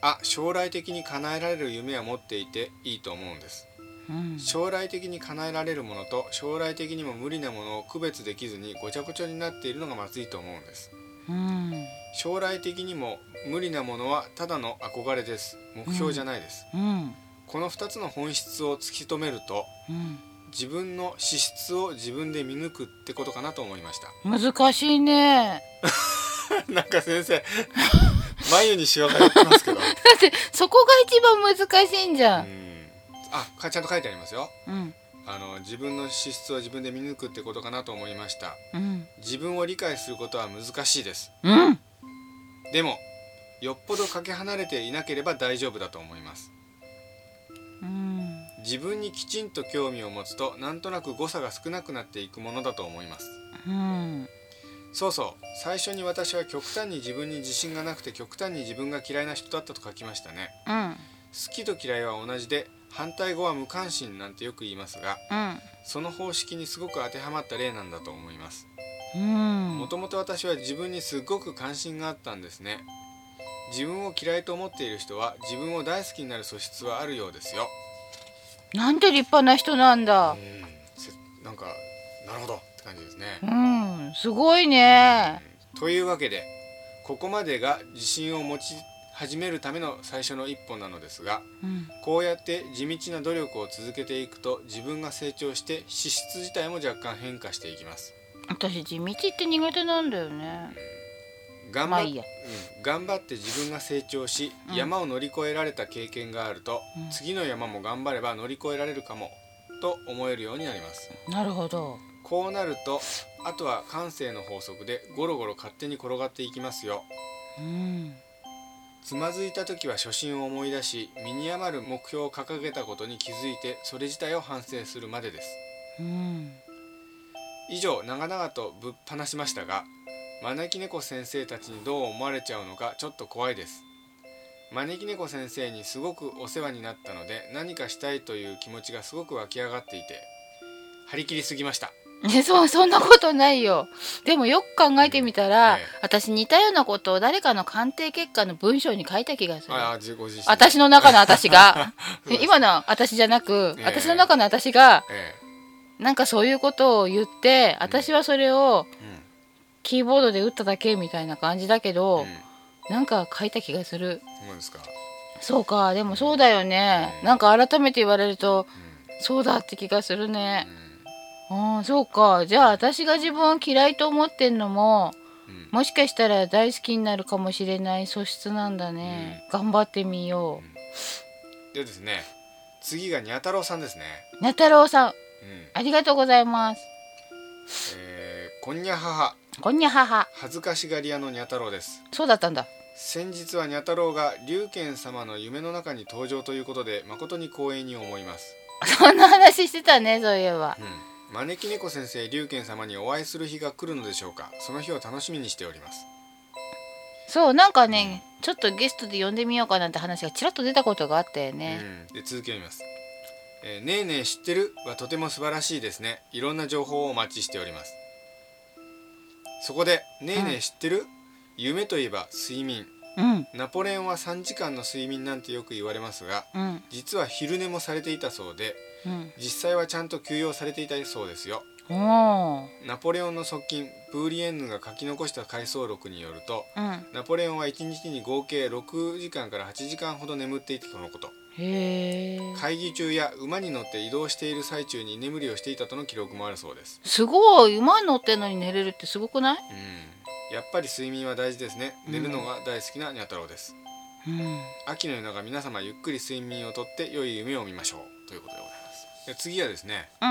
B: あ将来的に叶えられる夢は持っていていいと思うんです
A: うん
B: 将来的に叶えられるものと将来的にも無理なものを区別できずにごちゃごちゃになっているのがまずいと思うんです
A: うん
B: 将来的にも無理なものはただの憧れです目標じゃないです、
A: うん
B: この2つの本質を突き止めると
A: うん
B: 自分の資質を自分で見抜くってことかなと思いました
A: 難しいね
B: なんか先 生眉にしわが寄ってますけど
A: だってそこが一番難しいんじ
B: う
A: ゃん
B: ん あかちゃんと書いてありますよ
A: うん
B: あの自分の資質を自分で見抜くってことかなと思いました
A: うん
B: 自分を理解することは難しいです
A: うん
B: でもよっぽどかけ離れていなければ大丈夫だと思います
A: うん
B: 自分にきちんと興味を持つとなんとなく誤差が少なくなっていくものだと思います
A: うん
B: そうそう最初に私は極端に自分に自信がなくて極端に自分が嫌いな人だったと書きましたね
A: うん
B: 好きと嫌いは同じで反対語は無関心なんてよく言いますが
A: うん
B: その方式にすごく当てはまった例なんだと思います
A: うん
B: もともと私は自分にすごく関心があったんですね自分を嫌いと思っている人は自分を大好きになる素質はあるようですよ
A: なんて立派な人なんだ
B: うんせなんかなるほどって感じですね
A: うんすごいね
B: というわけでここまでが自信を持ち始めるための最初の一歩なのですが
A: うん
B: こうやって地道な努力を続けていくと自分が成長して資質自体も若干変化していきます
A: 私地道って苦手なんだよね
B: 頑
A: まあ
B: 張っ
A: いいや
B: うん頑張って自分が成長し、
A: うん
B: 山を乗り越えられた経験があると、
A: うん
B: 次の山も頑張れば乗り越えられるかもと思えるようになります
A: なるほど
B: こうなるとあとは感性の法則でゴロゴロ勝手に転がっていきますよ
A: うん
B: つまずいた時は初心を思い出し身に余る目標を掲げたことに気づいてそれ自体を反省するまでです
A: うん
B: 以上長々とぶっ放しましたが招き猫先生たちにどう思われちゃうのかちょっと怖いです招き猫先生にすごくお世話になったので何かしたいという気持ちがすごく湧き上がっていて張り切りすぎました
A: ね、そう そんなことないよでもよく考えてみたら、
B: ええ
A: 私似たようなことを誰かの鑑定結果の文章に書いた気がする
B: ああじご自身で
A: 私の中の私が
B: そうです
A: 今の私じゃなく、
B: ええ
A: 私の中の私が
B: え
A: なんかそういうことを言って私はそれを
B: え
A: キーボードで打っただけみたいな感じだけ
B: うん、
A: ど、
B: うん、
A: なんか書いた気がする
B: そうですか、
A: そうかでもそうだよね、
B: うん
A: なんか改めて言われると
B: う
A: そうだって気がするね
B: んうん
A: ああそうかじゃあ私が自分を嫌いと思ってんのも
B: うん、
A: もしかしたら大好きになるかもしれない素質なんだね、頑張ってみよ
B: でですね次がにゃ太郎さんですね、
A: うなたろうさん
B: うん
A: ありがとうございます
B: えー、こんにゃ母
A: こんにゃ母
B: 恥ずかしがり屋のにゃ太郎です
A: そうだったんだ
B: 先日はにゃ太郎が龍賢様の夢の中に登場ということで誠に光栄に思います、
A: そんな話してたねそういえば
B: うん、招き猫先生龍賢様にお会いする日が来るのでしょうかその日を楽しみにしております
A: そうなんかね、ちょっとゲストで呼んでみようかなんて話がちらっと出たことがあったよね、
B: うん、で続きを見ます、えーねえねえ知ってるはとても素晴らしいですねいろんな情報をお待ちしておりますそこでねえねえ知ってる、夢といえば睡眠
A: うん、
B: ナポレオンは3時間の睡眠なんてよく言われますが
A: うん
B: 実は昼寝もされていたそうで
A: うん
B: 実際はちゃんと休養されていたそうですよ
A: おー
B: ナポレオンの側近ブーリエンヌが書き残した回想録によると
A: うん
B: ナポレオンは1日に合計6時間から8時間ほど眠っていたとのこと
A: へえ
B: 会議中や馬に乗って移動している最中に居眠りをしていたとの記録もあるそうです
A: すごい馬に乗ってんのに寝れるってすごくない
B: うんやっぱり睡眠は大事ですね寝るのが大好きなにゃ太郎です、
A: うん
B: 秋の夜長皆様ゆっくり睡眠をとって良い夢を見ましょうということでございますで次はですね、
A: うん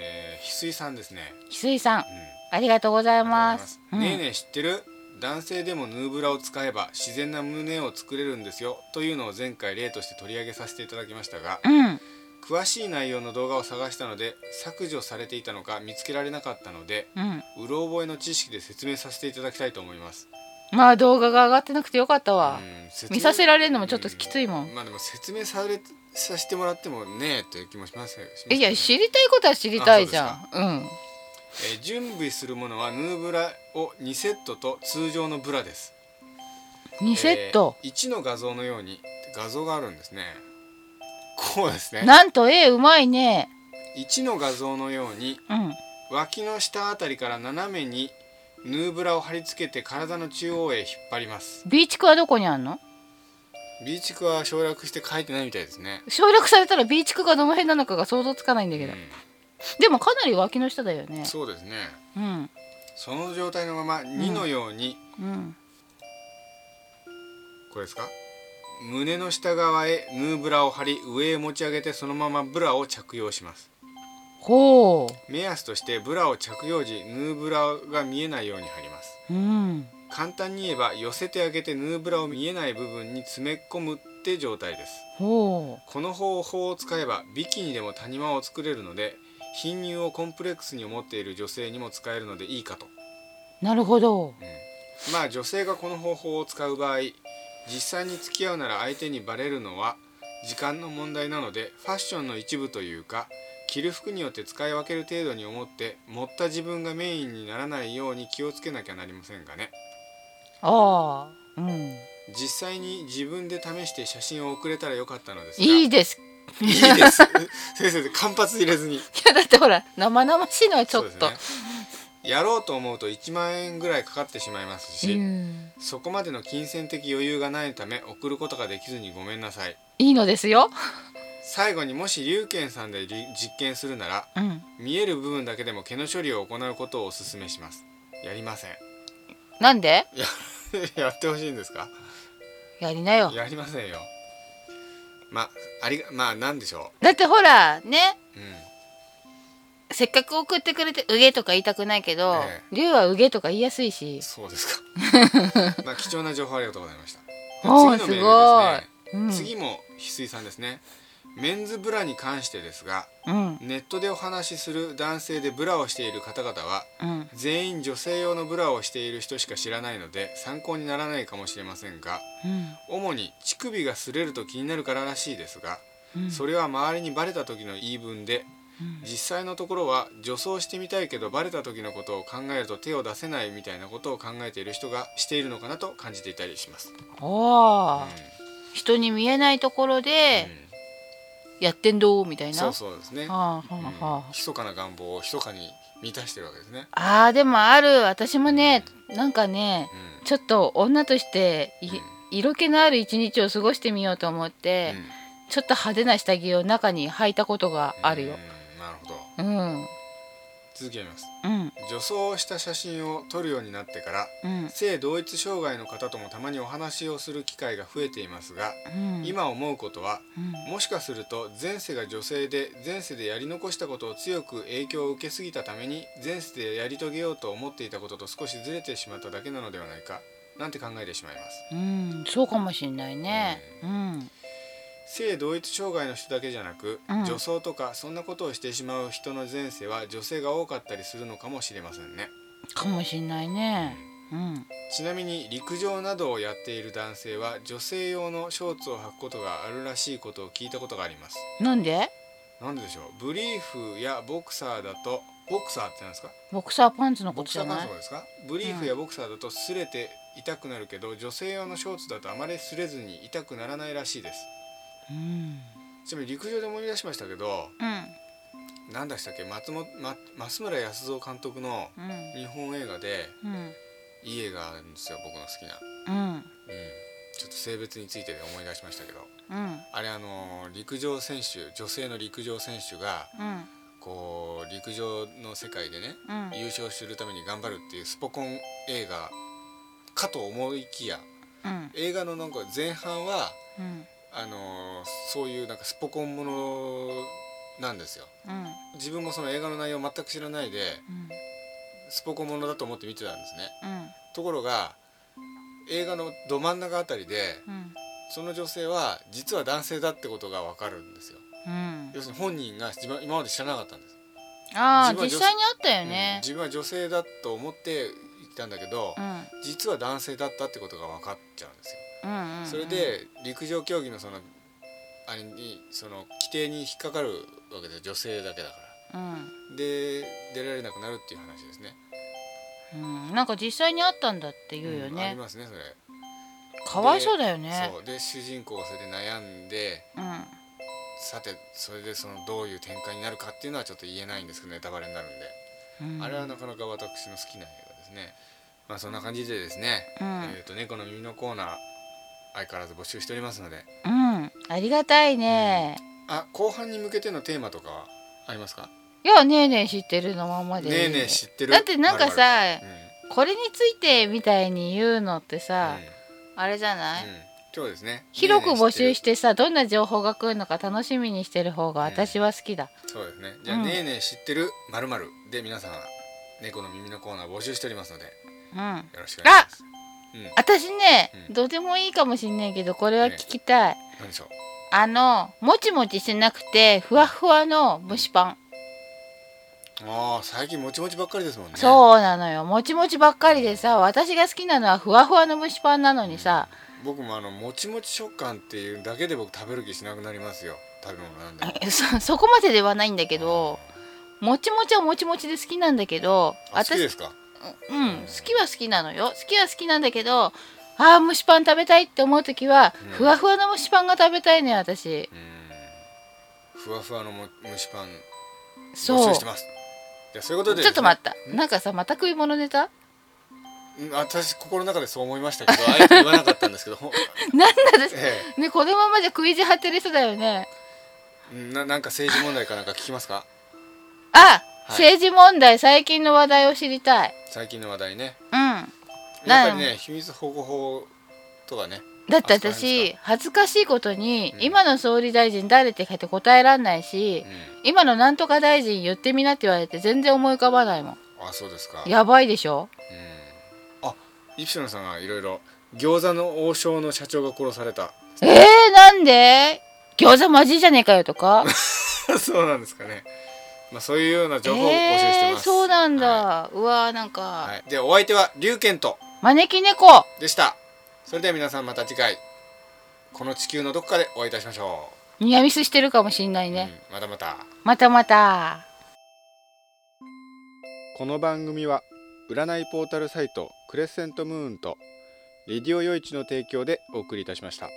B: えー、翡翠さんですね、
A: 翡翠さん
B: うん、
A: ありがとうござい
B: あ
A: ま
B: りがとうございます
A: すうん
B: ねえねえ知ってる男性でもヌーブラを使えば自然な胸を作れるんですよというのを前回例として取り上げさせていただきましたが
A: うん
B: 詳しい内容の動画を探したので削除されていたのか見つけられなかったので
A: うん
B: うろ覚えの知識で説明させていただきたいと思います
A: まあ動画が上がってなくてよかったわ
B: うん説明
A: 見させられるのもちょっときついもん
B: うまあでも説明されさせてもらってもねえという気もしますしますけど
A: いや知りたいことは知りたいじ
B: あ
A: ゃんうん
B: えー準備するものはヌーブラを2セットと通常のブラです
A: 2セット、
B: えー1の画像のように画像があるんですねこうですね
A: なんと絵うまいね
B: 1の画像のように
A: うん
B: 脇の下あたりから斜めにヌーブラを貼り付けて体の中央へ引っ張ります
A: ビーチクはどこにあんの
B: ビーチクは省略して書いてないみたいですね
A: 省略されたらビーチクがどの辺なのかが想像つかないんだけど、
B: う
A: でもかなり脇の下だよね
B: ん、そうですね
A: うん
B: その状態のまま2のように、
A: うん
B: これですか胸の下側へヌーブラを貼り上へ持ち上げてそのままブラを着用します
A: ほ
B: 目安としてブラを着用時ヌーブラが見えないように貼ります
A: ううん
B: 簡単に言えば寄せてあげてヌーブラを見えない部分に詰め込むって状態です
A: ほ
B: この方法を使えばビキニでも谷間を作れるので貧乳をコンプレックスに思っている女性にも使えるのでいいかと
A: うなるほど
B: まあ女性がこの方法を使う場合実際に付き合うなら相手にバレるのは時間の問題なのでファッションの一部というか着る服によって使い分ける程度に思って持った自分がメインにならないように気をつけなきゃなりませんがね
A: ああうん
B: 実際に自分で試して写真を送れたらよかったのですが
A: いいです
B: いいです先生間髪入れずに
A: いやだってほら生々しいのはちょっと
B: そうですねやろうと思うと1万円ぐらいかかってしまいますし、
A: うん
B: そこまでの金銭的余裕がないため送ることができずにごめんなさい
A: いいのですよ
B: 最後にもし龍拳さんでり実験するなら
A: うん
B: 見える部分だけでも毛の処理を行うことをお勧めしますやりません
A: なんで
B: やってほしいんですか
A: やりなよ
B: やりませんよまありがまあなんでしょ
A: だってほらね
B: う、う
A: せっかく送ってくれて「うげ」とか言いたくないけど
B: え
A: 「竜、はうげ」とか言いやすいし
B: ん、そ うですかまあ貴重な情報ありがとうございました
A: おー
B: 次のメールですね
A: すごいうん
B: 次も翡翠さんですねメンズブラに関してですが
A: うん
B: ネットでお話しする男性でブラをしている方々は
A: うん
B: 全員女性用のブラをしている人しか知らないので参考にならないかもしれませんが
A: うん
B: 主に乳首が擦れると気になるかららしいですが、
A: うん
B: それは周りにバレた時の言い分で、実際のところは女装してみたいけどバレた時のことを考えると手を出せないみたいなことを考えている人がしているのかなと感じていたりします。
A: ああ、
B: うん
A: 人に見えないところでやってんどーみたい
B: うん
A: な、
B: そうそうですね。
A: はあ
B: うん
A: はあはあ
B: 密かな願望を密かに満たしてるわけですね。
A: あーでもある私もねなんかね
B: うん
A: ちょっと女としてい
B: うん
A: 色気のある一日を過ごしてみようと思って、
B: うん
A: ちょっと派手な下着を中に履いたことがあるよ。
B: うんなるほど。
A: うん
B: 続きます。
A: うん
B: 女装した写真を撮るようになってから
A: うん
B: 性同一障害の方ともたまにお話をする機会が増えていますが、
A: うん
B: 今思うことは
A: うん
B: もしかすると前世が女性で前世でやり残したことを強く影響を受けすぎたために前世でやり遂げようと思っていたことと少しずれてしまっただけなのではないかなんて考えてしまいま
A: う
B: す
A: んそうかもしんないね。うん
B: 性同一障害の人だけじゃなく、
A: うん
B: 女装とかそんなことをしてしまう人の前世は女性が多かったりするのかもしれませんね
A: かもしんないね。うん
B: ちなみに陸上などをやっている男性は女性用のショーツを履くことがあるらしいことを聞いたことがあります
A: なんで
B: なんででしょうブリーフやボクサーだとボクサーってなんですか
A: ボクサーパンツのこ
B: ボ
A: と
B: ク
A: じ
B: サ
A: ゃ
B: ーパン
A: な
B: ツ
A: い
B: の方ですかブリーフやボクサーだと擦れて痛くなるけど、女性用のショーツだとあまり擦れずに痛くならないらしいです
A: うん
B: ちなみに陸上で思い出しましたけど
A: うん
B: 何でしたっけ松本ま松村康蔵監督の
A: うん
B: 日本映画で
A: うん
B: いい映画あるんですよ僕の好きな、
A: うん
B: うん、ちょっと性別についてで思い出しましたけど
A: うん
B: あれあの陸上選手女性の陸上選手が
A: うん
B: こう陸上の世界でね、
A: うん
B: 優勝するために頑張るっていうスポコン映画かと思いきや
A: うん
B: 映画のなんか前半は
A: うん
B: あのーそういうなんかスポコンものなんですよ
A: うん
B: 自分もその映画の内容全く知らないで
A: うん
B: スポコンものだと思って見てたんですね
A: うん
B: ところが映画のど真ん中あたりで
A: うん
B: その女性は実は男性だってことが分かるんですよ
A: うん
B: 要するに本人が自分今まで知らなかったんです、
A: ああ
B: 自分は女
A: 実
B: 性
A: 際にあったよ
B: うん
A: ね
B: 自分は女性だと思って生きたんだけど、
A: うん
B: 実は男性だったってことが分かっちゃうんですよ
A: うんうん
B: それで陸上競技のそのあれにその規定に引っかかるわけで女性だけだか
A: うん
B: らで出られなくなるっていう話ですね
A: うんなんか実際にあったんだって言うよ
B: んあ
A: ね
B: りますねそれ、
A: かわいそうだよね
B: そうで主人公はそれで悩んで
A: うん
B: さてそれでそのどういう展開になるかっていうのはちょっと言えないんですけどネタバレになるん
A: う
B: で、
A: ん
B: あれはなかなか私の好きな映画ですねまあそんな感じでですね、
A: うん
B: えっ、と猫の耳のコーナー相変わらず募集しておりますので
A: うんありがたいね
B: あ後半に向けてのテーマとかはありますか
A: いやねえねえ知ってるのままで
B: ねえねえ知ってる
A: だってなんか
B: ま
A: さ
B: るまる
A: これについてみたいに言うのって
B: うん
A: さ
B: うん
A: あれじゃない
B: うん今日ですね
A: 広く募集しててさどんな情報が来るのか楽しみにしてる方が私は好きだ、
B: るそうですねじゃあ、
A: うん
B: ねえねえ知ってるまるまるで皆さん猫の耳のコーナー募集しておりますのでよ
A: うん
B: ろしくお願いします
A: 私ね、
B: うん
A: どうでもいいかもしんないけどこれは聞きたい、
B: 何でしょう
A: あのもちもちしてなくてふわふわの蒸しパン、
B: ああ最近もちもちばっかりですもんねう
A: そうなのよもちもちばっかりでさ私が好きなのはふわふわの蒸しパンなのにさ、
B: 僕もあのもちもち食感っていうだけで僕食べる気しなくなりますよ食べ物なんでも
A: そそこまでではないんだけどもちもちはもちもちで好きなんだけど
B: あ好き
A: 私
B: ですか
A: うん、好きは好きなのよ好きは好きなんだけどあー蒸しパン食べたいって思う時は、
B: うん
A: ふわふわの蒸しパンが食べたいのよ私
B: うんふわふわのも蒸しパン募
A: そ
B: 集
A: う
B: して
A: ち
B: ますじゃあそういうことで
A: ょっと待
B: っ
A: ったなんかさまた食い物ネタ
B: て私心の中でそう思いましたけどあえて言わなかったんです けどほん
A: なんだです
B: ええ
A: ねこのままじゃ食い地張ってる人だよね
B: ななんか政治問題かなんか聞きますか
A: あ、
B: い
A: 政治問題最近の話題を知りたい
B: 最近の話題ね
A: うん
B: やっぱ
A: な
B: り
A: ん
B: ね秘密保護法とかね
A: だって
B: あそうなんで
A: 私恥ずかしいことに、
B: うん
A: 今の総理大臣誰って書いて答えらんないし、
B: うん
A: 今のなんとか大臣言ってみなって言われて全然思い浮かばないもん
B: あそうですか
A: やばいでしょ
B: うんあイプシロンさんがいろいろ餃子の王将の社長が殺された
A: えー、なんで餃子マジじゃねえかよとか
B: そうなんですかねまあそういうような 情報を募集して
A: えー、
B: ます、
A: そうなんだ、
B: は
A: うわーなんか、
B: い、はい、でお相手は龍賢と
A: 招き猫
B: でしたそれでは皆さんまた次回この地球のどこかでお会いいたしましょ、
A: ニアミスしてるかもしんないうね、
B: うん、またまた
A: またまた
B: この番組は占いポータルサイトクレッセントムーンとレディオヨイチの提供でお送りいたしました。